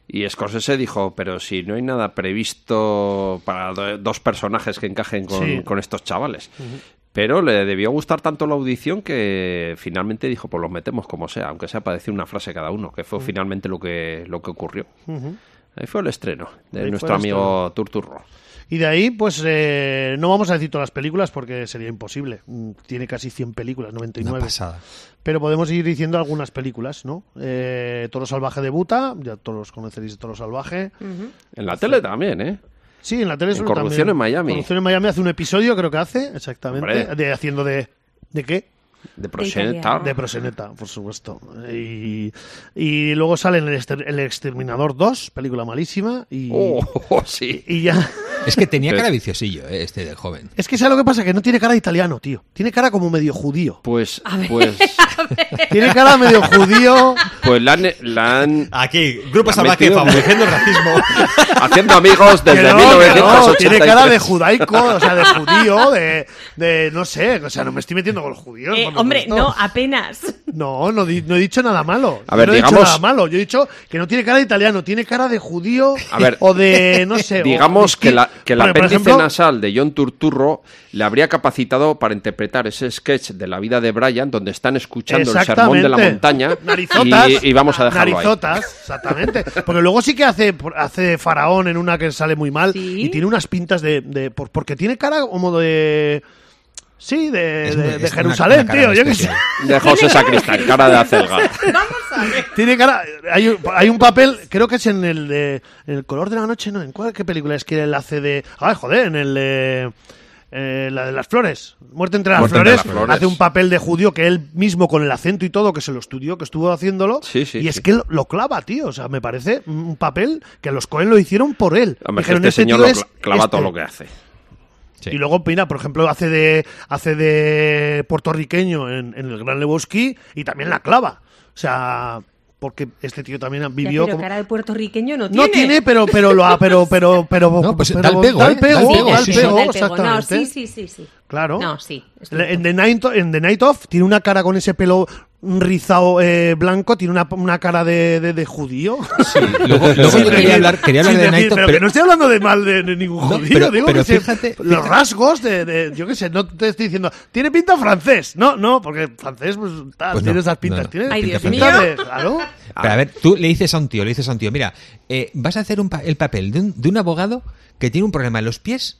Speaker 3: Y Scorsese dijo, pero si no hay nada previsto para do- dos personajes que encajen con,
Speaker 1: Sí.
Speaker 3: con estos chavales. Pero le debió gustar tanto la audición que finalmente dijo, pues los metemos como sea, aunque sea para decir una frase cada uno, que fue finalmente lo que, lo que ocurrió. Ahí fue el estreno de
Speaker 1: Ahí fue
Speaker 3: nuestro
Speaker 1: el
Speaker 3: amigo Turturro.
Speaker 1: Y de ahí, pues eh, no vamos a decir todas las películas porque sería imposible. Mm, Tiene casi 100 películas,
Speaker 2: Una
Speaker 1: 99.
Speaker 2: pasada.
Speaker 1: Pero podemos ir diciendo algunas películas, ¿no? Eh, Toro Salvaje debuta, ya todos conoceréis de Toro Salvaje.
Speaker 3: En la tele también, ¿eh?
Speaker 1: Sí, en la tele
Speaker 3: En
Speaker 1: solo
Speaker 3: Corrupción
Speaker 1: también.
Speaker 3: en Miami.
Speaker 1: Corrupción en Miami hace un episodio, creo que hace, exactamente,
Speaker 3: Hombre.
Speaker 1: de haciendo de ¿de qué?
Speaker 3: De Proxeneta.
Speaker 4: italiano.
Speaker 1: De proseneta, por supuesto. Y, y luego sale en el, Exter- El Exterminador 2, película malísima y
Speaker 3: Oh, sí.
Speaker 1: y ya
Speaker 2: Es que tenía cara viciosillo, ¿eh? este de joven.
Speaker 1: es que ¿sabes lo que pasa? Que no tiene cara de italiano, tío. Tiene cara como medio judío.
Speaker 3: Pues, pues,
Speaker 1: Tiene cara medio judío.
Speaker 3: pues la han, la han-
Speaker 2: Aquí, Grupo
Speaker 3: La Salvaje metió- favoreciendo
Speaker 2: el racismo.
Speaker 3: haciendo amigos
Speaker 1: Que
Speaker 3: desde
Speaker 1: no, que no,
Speaker 3: 1983.
Speaker 1: tiene cara de judaico, o sea, de judío, de, de no sé, o sea, no me estoy metiendo con los judíos.
Speaker 4: Eh,
Speaker 1: por lo
Speaker 4: hombre,
Speaker 1: visto.
Speaker 4: no, apenas.
Speaker 1: No, no, di- no he dicho nada malo.
Speaker 3: A ver,
Speaker 1: no he
Speaker 3: digamos-
Speaker 1: dicho nada malo. Yo he dicho que no tiene cara de italiano, tiene cara de judío
Speaker 3: A ver,
Speaker 1: o de, no sé. o-
Speaker 3: Digamos
Speaker 1: o-
Speaker 3: que la, que el
Speaker 1: Por- por
Speaker 3: apéndice
Speaker 1: ejemplo,
Speaker 3: nasal de John Turturro le habría capacitado para interpretar ese sketch de la vida de Brian, donde están escuchando el sermón de la
Speaker 1: Exactamente.
Speaker 3: montaña.
Speaker 1: Narizotas.
Speaker 3: y, y vamos a dejarlo
Speaker 1: Narizotas, exactamente. Porque luego sí que hace, hace faraón en una que sale muy mal
Speaker 4: Sí.
Speaker 1: y tiene unas pintas de, de- por- Porque tiene cara como de. Sí, de,
Speaker 2: Es
Speaker 1: de-
Speaker 2: muy-
Speaker 1: de
Speaker 2: es una-
Speaker 1: Jerusalén,
Speaker 2: una cara
Speaker 1: tío.
Speaker 2: muy
Speaker 1: Yo qué sé.
Speaker 2: especial.
Speaker 3: ahí. De José Sacristán, cara de acelga.
Speaker 4: Vamos a ver.
Speaker 1: Tiene cara. Hay, un- hay un papel, creo que es en el de. En el color de la noche, ¿no? ¿En cuál? ¿Qué película es que él hace de. Ah, joder, en el de. eh, la de las flores, Muerte entre las,
Speaker 2: Muerte entre
Speaker 1: flores,
Speaker 2: las flores.
Speaker 1: hace un papel de judío que él mismo con el acento y todo, que se lo estudió, que estuvo haciéndolo,
Speaker 3: Sí, sí,
Speaker 1: y es
Speaker 3: sí.
Speaker 1: que lo, lo clava, tío, o sea, me parece un papel que los Cohen lo hicieron por él.
Speaker 3: Hombre, que
Speaker 1: Dijeron,
Speaker 3: este
Speaker 1: "Este
Speaker 3: señor
Speaker 1: tío
Speaker 3: lo
Speaker 1: es
Speaker 3: cla- clava todo
Speaker 1: este".
Speaker 3: lo que hace.
Speaker 2: Sí.
Speaker 1: Y luego, mira, por ejemplo, hace de, hace de puertorriqueño en, en el Gran Lebowski y también la clava. O sea, porque este tío también
Speaker 4: Ya,
Speaker 1: vivió
Speaker 4: pero
Speaker 1: como...
Speaker 4: cara de puertorriqueño no tiene.
Speaker 1: No tiene, pero pero lo ha, pero pero pero
Speaker 2: No, pues
Speaker 1: pero-
Speaker 2: da el pego,
Speaker 1: da
Speaker 2: ¿eh?
Speaker 1: el pego,
Speaker 2: Da el
Speaker 4: Sí,
Speaker 2: pego,
Speaker 1: da el
Speaker 2: sí,
Speaker 1: pego,
Speaker 4: da el pego.
Speaker 1: exactamente.
Speaker 4: No, sí, sí, sí, sí.
Speaker 1: Claro.
Speaker 4: No, sí. estoy
Speaker 1: En The, Night, en The Night Of tiene una cara con ese pelo rizado eh, blanco, tiene una, una cara de, de, de judío.
Speaker 2: Luego, luego
Speaker 1: Sin decir-
Speaker 2: quería hablar, quería hablar
Speaker 1: sin decir,
Speaker 2: de Night Of,
Speaker 1: pero, que no estoy hablando de mal de, de ningún
Speaker 2: No,
Speaker 1: judío.
Speaker 2: pero-
Speaker 1: digo
Speaker 2: pero
Speaker 1: que se-
Speaker 2: fíjate-
Speaker 1: los rasgos de, de- yo qué sé, no te estoy diciendo, tiene pinta francés. No, no, porque francés pues, tal,
Speaker 2: Pues no,
Speaker 1: tiene esas pintas.
Speaker 2: no, no.
Speaker 1: Tiene
Speaker 4: Ay,
Speaker 1: pinta
Speaker 4: Dios
Speaker 1: de, claro.
Speaker 2: Pero a ver, tú le dices a un tío, le dices a un tío, mira, eh, vas a hacer un pa- el papel de un, de un abogado que tiene un problema en los pies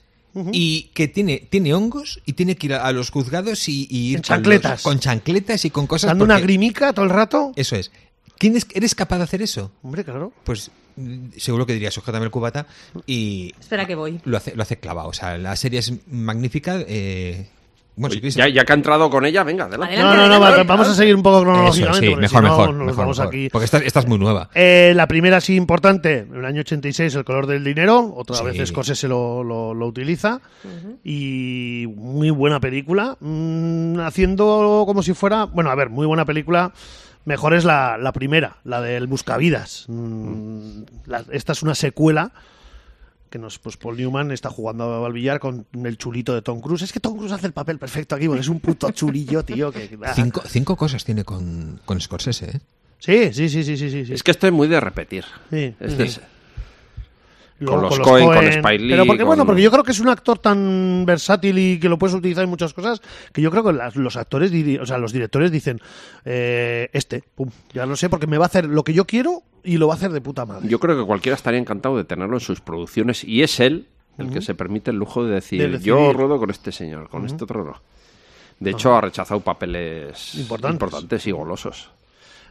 Speaker 2: y que tiene, tiene hongos y tiene que ir a, a los juzgados y, y ir
Speaker 1: En
Speaker 2: con los-
Speaker 1: chancletas.
Speaker 2: con chancletas y con cosas.
Speaker 1: Dando una
Speaker 2: porque- Eh,
Speaker 1: grimica todo el rato.
Speaker 2: Eso es. ¿Quién es- ¿Eres capaz de hacer eso?
Speaker 1: Hombre, claro.
Speaker 2: Pues mm, seguro que diría, sujétame el cubata y
Speaker 4: Espera que voy.
Speaker 2: lo hace, lo hace clavado. O sea, la serie es magnífica. eh, bueno, si quieres-
Speaker 3: Ya, ya que ha entrado con ella, venga, adelante.
Speaker 4: Adelante.
Speaker 1: No, no, no, va- vamos a seguir un poco
Speaker 2: Eso,
Speaker 1: cronológicamente.
Speaker 2: sí,
Speaker 1: porque
Speaker 2: mejor,
Speaker 1: si no,
Speaker 2: mejor.
Speaker 1: nos
Speaker 2: mejor,
Speaker 1: vamos
Speaker 2: mejor.
Speaker 1: aquí.
Speaker 2: Porque esta, esta es muy nueva.
Speaker 1: Eh, la primera sí importante, en el año 86, El color del dinero. Otra
Speaker 2: Sí.
Speaker 1: vez Scorsese lo, lo, lo utiliza. Y muy buena película. Mm, haciendo como si fuera. Bueno, a ver, muy buena película. Mejor es la, la primera, la del Buscavidas. Mm, la- esta es una secuela que nos pues Paul Newman está jugando al billar con el chulito de Tom Cruise. Es que Tom Cruise hace el papel perfecto aquí, porque es un puto chulillo, tío. Que, ah.
Speaker 2: Cinco, cinco cosas tiene con, con Scorsese. ¿eh?
Speaker 1: Sí, sí, sí, sí, sí, sí, sí.
Speaker 3: Es que estoy muy de repetir.
Speaker 1: Sí.
Speaker 3: Este es-
Speaker 1: Luego
Speaker 3: los Coen, con Spike Lee,
Speaker 1: Pero porque, bueno,
Speaker 3: con-
Speaker 1: porque yo creo que es un actor tan versátil y que lo puedes utilizar en muchas cosas, que yo creo que las- los actores, diri- o sea, los directores dicen, eh, este, pum, ya lo sé, porque me va a hacer lo que yo quiero y lo va a hacer de puta madre.
Speaker 3: Yo creo que cualquiera estaría encantado de tenerlo en sus producciones y es él el que se permite el lujo de decir,
Speaker 1: De decidir.
Speaker 3: yo ruedo con este señor, con este otro no. De hecho, ha rechazado papeles
Speaker 1: Importantes.
Speaker 3: importantes y golosos.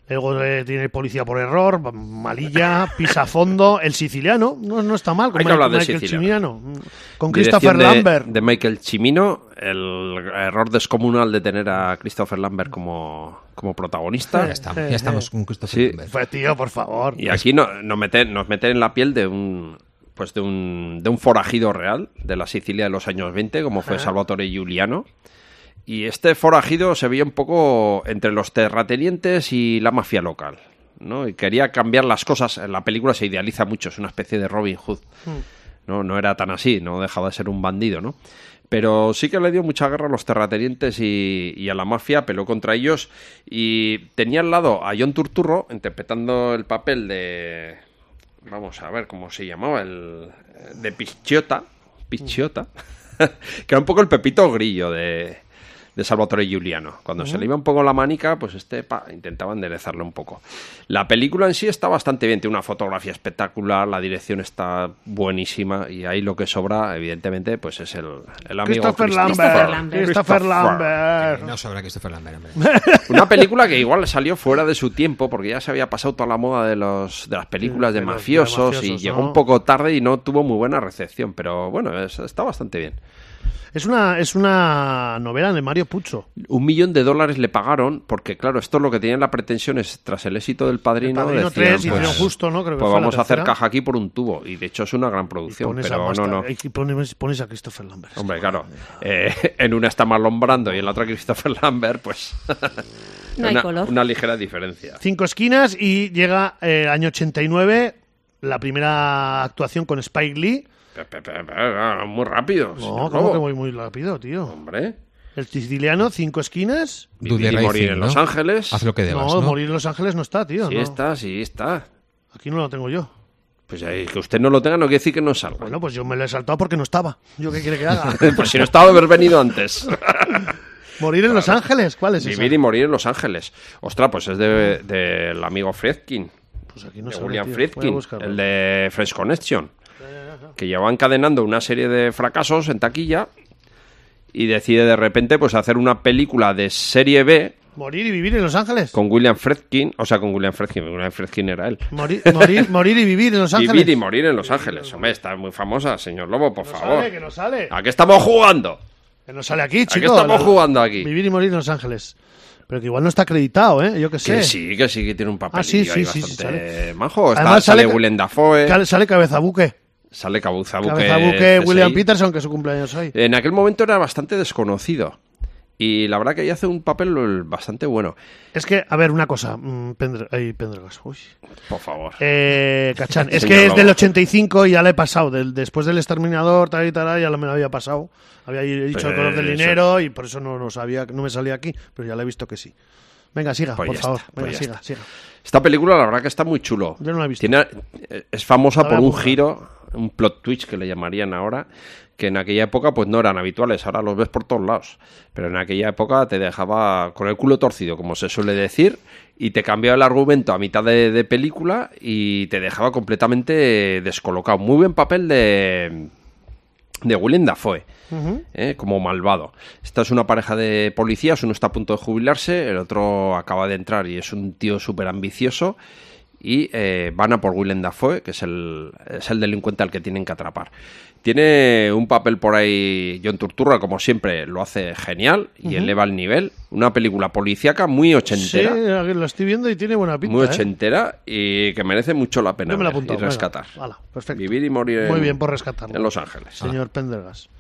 Speaker 1: Luego eh, tiene policía por error, malilla, pisa fondo, el siciliano, no, no está mal, con
Speaker 3: Hay que
Speaker 1: Ma-
Speaker 3: hablar de
Speaker 1: Michael
Speaker 3: Siciliano.
Speaker 1: Cimino, mm, con Christopher
Speaker 3: Dirección de-
Speaker 1: Lambert.
Speaker 3: De, Michael Cimino, el error descomunal de tener a Christopher Lambert como, como protagonista.
Speaker 2: Ya estamos, ya estamos con Christopher
Speaker 3: Sí.
Speaker 2: Lambert.
Speaker 1: Pues, tío, por favor.
Speaker 3: Y aquí no, nos, meten, nos meten en la piel de un pues de un, de un forajido real de la Sicilia de los años 20, como fue Salvatore Giuliano. Y este forajido se veía un poco entre los terratenientes y la mafia local. ¿no? Y quería cambiar las cosas. En la película se idealiza mucho, es una especie de Robin Hood. No, no era tan así, no dejaba de ser un bandido, ¿no? Pero sí que le dio mucha guerra a los terratenientes y, y a la mafia, peló contra ellos y tenía al lado a John Turturro interpretando el papel de... Vamos a ver cómo se llamaba, el... de Pichiota, Pichiota, que era un poco el pepito grillo de, de Salvatore Giuliano. Cuando se le iba un poco la manica, pues este pa, intentaba enderezarlo un poco. La película en sí está bastante bien, tiene una fotografía espectacular, la dirección está buenísima y ahí lo que sobra, evidentemente, pues es el, el amigo
Speaker 1: Christopher
Speaker 4: Christopher
Speaker 1: Lambert.
Speaker 4: Lambert.
Speaker 1: Christopher Lambert.
Speaker 2: No sabrá Christopher Lambert. hombre.
Speaker 3: Una película que igual salió fuera de su tiempo, porque ya se había pasado toda la moda de, los, de las películas de,
Speaker 1: De los- de
Speaker 3: mafiosos,
Speaker 1: mafiosos,
Speaker 3: y llegó
Speaker 1: ¿no?
Speaker 3: un poco tarde y no tuvo muy buena recepción, pero bueno, es- está bastante bien.
Speaker 1: Es una, es una novela de Mario Pucho.
Speaker 3: Un millón de dólares le pagaron, porque claro, esto lo que tenían la pretensión es, tras el éxito del Padrino,
Speaker 1: Padrino
Speaker 3: decían,
Speaker 1: 3 hicieron
Speaker 3: pues,
Speaker 1: justo, ¿no? Creo que
Speaker 3: pues
Speaker 1: fue la
Speaker 3: vamos a hacer
Speaker 1: tercera.
Speaker 3: caja aquí por un tubo. Y de hecho es una gran
Speaker 1: Y
Speaker 3: producción,
Speaker 1: pones,
Speaker 3: pero
Speaker 1: a
Speaker 3: no,
Speaker 1: Basta-
Speaker 3: no.
Speaker 1: y pones- pones a Christopher Lambert.
Speaker 3: Hombre, claro. eh, en una está Marlon Brando y en la otra Christopher Lambert, pues.
Speaker 4: No hay
Speaker 3: una,
Speaker 4: color.
Speaker 3: una ligera diferencia.
Speaker 1: Cinco esquinas y llega eh, el año 89, la primera actuación con Spike Lee.
Speaker 3: Pe- pe- pe- pe- Muy rápido.
Speaker 1: No,
Speaker 3: señor
Speaker 1: como
Speaker 3: Lobo.
Speaker 1: que voy muy rápido, tío.
Speaker 3: Hombre.
Speaker 1: El siciliano, cinco esquinas.
Speaker 2: Dude
Speaker 3: Vivir y
Speaker 2: Racing,
Speaker 3: morir en
Speaker 2: ¿no?
Speaker 3: Los Ángeles.
Speaker 2: Haz lo que debas,
Speaker 1: No,
Speaker 2: ¿no?
Speaker 1: Morir en Los Ángeles no está, tío.
Speaker 3: Sí
Speaker 1: no.
Speaker 3: está, sí está.
Speaker 1: Aquí no lo tengo yo.
Speaker 3: Pues ahí, que usted no lo tenga no quiere decir que no salga.
Speaker 1: Bueno, pues yo me lo he saltado porque no estaba. ¿Yo qué quiere que haga?
Speaker 3: pues si no estaba de haber venido antes.
Speaker 1: Morir en Los Ángeles, ¿cuál es esa?
Speaker 3: Vivir y morir en Los Ángeles. Ostras, pues es de- del amigo Friedkin.
Speaker 1: Pues aquí no
Speaker 3: de
Speaker 1: sale,
Speaker 3: William
Speaker 1: tío. Voy a
Speaker 3: Friedkin,
Speaker 1: buscarlo.
Speaker 3: el de Fresh Connection, que lleva encadenando una serie de fracasos en taquilla y decide de repente pues hacer una película de serie B
Speaker 1: Morir y vivir en Los Ángeles.
Speaker 3: con William Friedkin, o sea, con William Friedkin, William Friedkin era él.
Speaker 1: Morir, morir, morir y vivir en Los Ángeles.
Speaker 3: Vivir y morir en Los Ángeles. Hombre, está muy famosa, señor Lobo, por
Speaker 1: Que no
Speaker 3: favor.
Speaker 1: sale, que no sale.
Speaker 3: ¿A qué estamos jugando?
Speaker 1: Que no sale aquí,
Speaker 3: qué
Speaker 1: chico.
Speaker 3: estamos
Speaker 1: La-
Speaker 3: jugando aquí?
Speaker 1: Vivir y morir en Los Ángeles. Pero que igual no está acreditado, ¿eh? Yo qué sé.
Speaker 3: Que sí, que sí, que tiene un papel
Speaker 1: Ah, sí, sí,
Speaker 3: ahí
Speaker 1: sí, sí,
Speaker 3: bastante
Speaker 1: sale.
Speaker 3: majo. Está-
Speaker 1: Además,
Speaker 3: sale,
Speaker 1: sale-
Speaker 3: Willem Dafoe, eh.
Speaker 1: Cal- Sale Cabezabuque.
Speaker 3: sale Cabuzabuque.
Speaker 1: Cabezabuque, William
Speaker 3: CSI. Eh.
Speaker 1: Peterson, que es su cumpleaños hoy.
Speaker 3: En aquel momento era bastante desconocido. Y la verdad que ahí hace un papel bastante bueno.
Speaker 1: Es que, a ver, una cosa. mm, Pendr- ay, Pendergast, uy.
Speaker 3: Por favor.
Speaker 1: Eh, Cachán, es
Speaker 3: Señor
Speaker 1: que es
Speaker 3: Lobo.
Speaker 1: del 85 y ya le he pasado. del- después del exterminador, tal y tal, ya me lo había pasado. Había dicho el color del
Speaker 3: Pero Pues eso-
Speaker 1: dinero y por eso no lo sabía, no me salía aquí, pero ya le he visto que sí. Venga, siga,
Speaker 3: Pues
Speaker 1: por
Speaker 3: ya
Speaker 1: favor.
Speaker 3: está,
Speaker 1: Venga,
Speaker 3: pues ya
Speaker 1: siga,
Speaker 3: está.
Speaker 1: siga.
Speaker 3: Esta película, la verdad que está muy chulo.
Speaker 1: Yo no la he visto.
Speaker 3: Tiene- eh, es famosa
Speaker 1: La voy
Speaker 3: por
Speaker 1: a
Speaker 3: un
Speaker 1: apuntar.
Speaker 3: giro, un plot twist que le llamarían ahora, que en aquella época pues no eran habituales, ahora los ves por todos lados. Pero en aquella época te dejaba con el culo torcido, como se suele decir, y te cambiaba el argumento a mitad de, de película y te dejaba completamente descolocado. Muy buen papel de, de Willem Dafoe, ¿eh? como malvado. Esta es una pareja de policías, uno está a punto de jubilarse, el otro acaba de entrar y es un tío súper ambicioso. Y eh, van a por Willem Dafoe, que es el, es el delincuente al que tienen que atrapar. Tiene un papel por ahí John Turturra, como siempre, lo hace genial y eleva el nivel. Una película policíaca muy
Speaker 1: Sí,
Speaker 3: ochentera.
Speaker 1: lo estoy viendo y tiene buena pinta.
Speaker 3: muy
Speaker 1: ¿eh?
Speaker 3: ochentera y que merece mucho la pena
Speaker 1: Yo me la
Speaker 3: ver
Speaker 1: apunto.
Speaker 3: y
Speaker 1: venga.
Speaker 3: rescatar.
Speaker 1: Hala, perfecto.
Speaker 3: Vivir y morir en,
Speaker 1: Muy bien por rescatarlo.
Speaker 3: en Los Ángeles.
Speaker 1: Señor Pendergast. Este-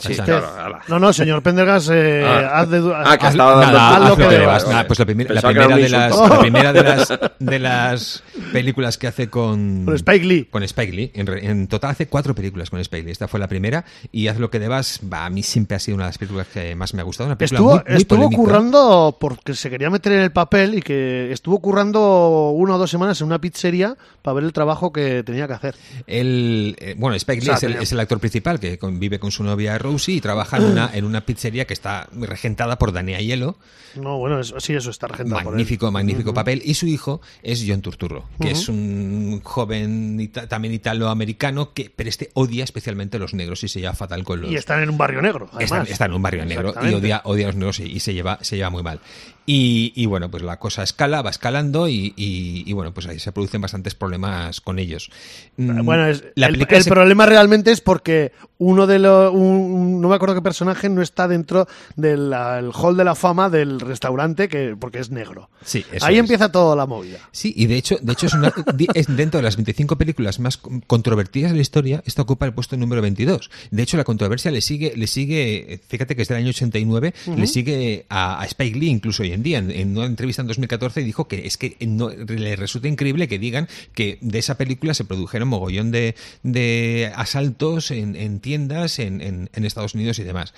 Speaker 3: Sí,
Speaker 2: Exacto.
Speaker 3: claro, ala.
Speaker 1: No, no, señor Pendergast, eh, haz de du-
Speaker 3: Ah, que
Speaker 2: Haz-
Speaker 3: estaba dando
Speaker 2: nada,
Speaker 1: haz
Speaker 2: haz
Speaker 1: lo que
Speaker 2: debas.
Speaker 1: debas.
Speaker 2: Nada, pues la, primera- la
Speaker 3: Pensaba que era
Speaker 2: primera
Speaker 3: un
Speaker 2: de las,
Speaker 3: insulto.
Speaker 2: la primera de las, de las películas que hace con,
Speaker 1: Con Spike Lee.
Speaker 2: Con Spike Lee. En, re- en total hace cuatro películas con Spike Lee. Esta fue la primera. Y Haz lo que debas, va, a mí siempre ha sido una de las películas que más me ha gustado. Una película
Speaker 1: Estuvo,
Speaker 2: muy, muy
Speaker 1: estuvo
Speaker 3: ¿eh?
Speaker 2: polémica.
Speaker 1: currando porque se quería meter en el papel y que estuvo currando una o dos semanas en una pizzería para ver el trabajo que tenía que hacer.
Speaker 2: El, eh, bueno, Spike Lee
Speaker 1: O sea,
Speaker 2: es, el,
Speaker 1: tenía-
Speaker 2: es el actor principal que convive con su novia Rosie y trabaja en una, en una pizzería que está regentada por Dania Hielo.
Speaker 1: No, bueno, eso, sí, eso está argentado por él.
Speaker 2: magnífico, magnífico papel. Y su hijo es John Turturro, que es un joven ita- también italoamericano, que, pero este odia especialmente a los negros y se lleva fatal con los.
Speaker 1: Y están en un barrio negro,
Speaker 2: está,
Speaker 1: además.
Speaker 2: está en un barrio negro y
Speaker 1: Exactamente.
Speaker 2: odia, odia a los negros y, y se, lleva, se lleva muy mal. Y, y bueno, pues la cosa escala, va escalando y, y- y bueno, pues ahí se producen bastantes problemas con ellos. Mm,
Speaker 1: Bueno, es-
Speaker 2: la
Speaker 1: el,
Speaker 2: película
Speaker 1: el
Speaker 2: se-
Speaker 1: problema realmente es porque uno de los. un- un- no me acuerdo qué personaje no está dentro del la- el hall de la fama del restaurante que porque es negro.
Speaker 2: Sí, eso
Speaker 1: Ahí
Speaker 2: es.
Speaker 1: empieza toda la movida.
Speaker 2: Sí, y de hecho, de hecho es, una, di- es dentro de las 25 películas más con- controvertidas de la historia, esta ocupa el puesto número 22. De hecho, la controversia le sigue, le sigue eh, fíjate que es del año 89, le sigue a, a Spike Lee incluso hoy en día. En, en una entrevista en 2014 dijo que es que no- le resulta increíble que digan que de esa película se produjeron mogollón de, de asaltos en, en tiendas en, en- en Estados Unidos y demás.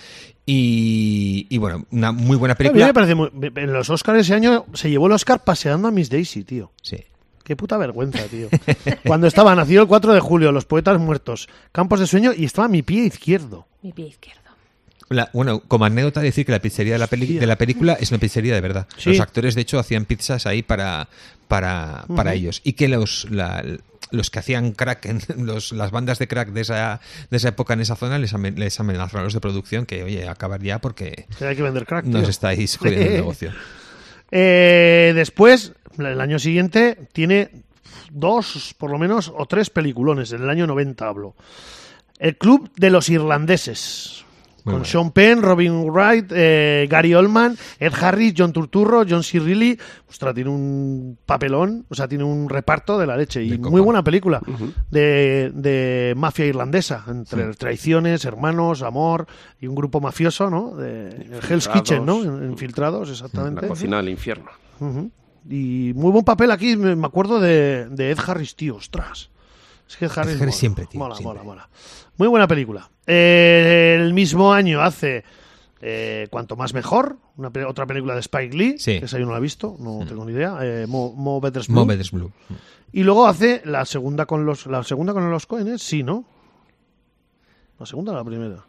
Speaker 2: Y, y bueno, una muy buena
Speaker 1: A mí
Speaker 2: película.
Speaker 1: me parece muy- en los Oscars ese año se llevó el Oscar paseando a Miss Daisy, tío.
Speaker 2: Sí.
Speaker 1: Qué puta vergüenza, tío. Cuando estaba nacido el 4 de julio, Los Poetas Muertos, Campos de Sueño, y estaba mi pie izquierdo.
Speaker 4: Mi pie izquierdo.
Speaker 2: La- bueno, como anécdota decir que la pizzería de la, peli-
Speaker 1: Hostia.
Speaker 2: de la película es una pizzería de verdad.
Speaker 1: Sí.
Speaker 2: Los actores, de hecho, hacían pizzas ahí para, para, para ellos. Y que los, la- los que hacían crack, en, los, las bandas de crack de esa, de esa época en esa zona, les, amen- les amenazaron a los de producción que, oye, acabar ya porque
Speaker 1: Que Hay que vender crack. tío.
Speaker 2: nos estáis jodiendo el negocio.
Speaker 1: Eh, después, el año siguiente, tiene dos, por lo menos, o tres peliculones. En el año 90 hablo. El Club de los Irlandeses.
Speaker 2: Muy
Speaker 1: con
Speaker 2: bueno.
Speaker 1: Sean Penn, Robin Wright, eh, Gary Oldman, Ed Harris, John Turturro, John C. Reilly. Ostras, tiene un papelón, o sea, tiene un reparto de la leche. Y
Speaker 2: De copa.
Speaker 1: muy buena película de, de mafia irlandesa, entre traiciones, hermanos, amor y un grupo mafioso, ¿no? De, el Hell's
Speaker 3: Infiltrados.
Speaker 1: Kitchen, ¿no? Infiltrados, exactamente.
Speaker 3: La cocina del infierno.
Speaker 1: Ujú. Y muy buen papel aquí, me me acuerdo de, de Ed Harris, tío, ostras. Es que Ed Harris,
Speaker 2: Harris
Speaker 1: mola,
Speaker 2: siempre, tío,
Speaker 1: mola,
Speaker 2: siempre.
Speaker 1: mola, mola. Muy buena película. Eh, el mismo año hace eh, Cuanto más mejor, una, pe- otra película de Spike Lee,
Speaker 2: Sí.
Speaker 1: que esa yo no la he visto, no tengo ni idea, eh, Mo, Mo Better's Blue.
Speaker 2: Movedes Blue.
Speaker 1: Y luego hace la segunda con los la segunda con los Cohenes, sí, ¿no? La segunda o la primera.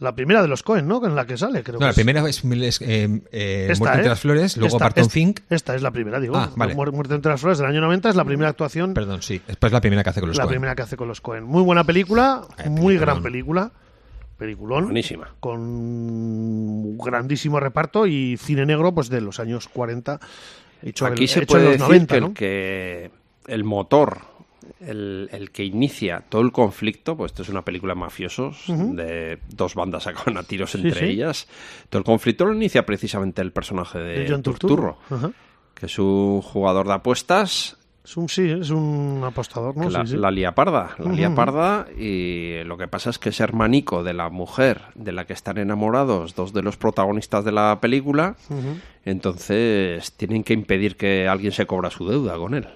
Speaker 1: La primera de los Cohen, ¿no? En la que sale, creo
Speaker 2: No,
Speaker 1: que
Speaker 2: la
Speaker 1: es.
Speaker 2: primera es, es, eh, eh,
Speaker 1: pues Esta,
Speaker 2: Muerte
Speaker 1: ¿eh?
Speaker 2: entre las flores, luego
Speaker 1: Esta,
Speaker 2: Barton
Speaker 1: esta-
Speaker 2: Fink.
Speaker 1: Esta es la primera, digo.
Speaker 2: Ah, vale.
Speaker 1: Muer- Muerte entre las flores del año 90 es la primera actuación,
Speaker 2: Perdón, sí. Después la primera que hace con los
Speaker 1: la
Speaker 2: Coen.
Speaker 1: primera que hace con los Cohen. Muy buena película,
Speaker 2: Eh,
Speaker 1: muy
Speaker 2: peliculón.
Speaker 1: gran película, peliculón,
Speaker 3: Buenísima.
Speaker 1: con un grandísimo reparto y cine negro pues de los años 40. Hecho
Speaker 3: Aquí
Speaker 1: en-
Speaker 3: se
Speaker 1: hecho
Speaker 3: puede
Speaker 1: en los
Speaker 3: decir
Speaker 1: 90,
Speaker 3: que, el
Speaker 1: ¿no?
Speaker 3: que el motor, el, el que inicia todo el conflicto, pues esto es una película de mafiosos, de dos bandas acaban a tiros entre
Speaker 1: sí.
Speaker 3: ellas, todo el conflicto lo inicia precisamente el personaje de
Speaker 1: El John
Speaker 3: Turturro,
Speaker 1: Turturro. Ajá.
Speaker 3: que es un jugador de apuestas
Speaker 1: Es un, sí, es un apostador, ¿no?
Speaker 3: Que la,
Speaker 1: Oh, Sí, sí.
Speaker 3: la lía parda, la lía
Speaker 1: Ujú.
Speaker 3: parda y lo que pasa es que es hermanico de la mujer de la que están enamorados dos de los protagonistas de la película, entonces tienen que impedir que alguien se cobra su deuda con él.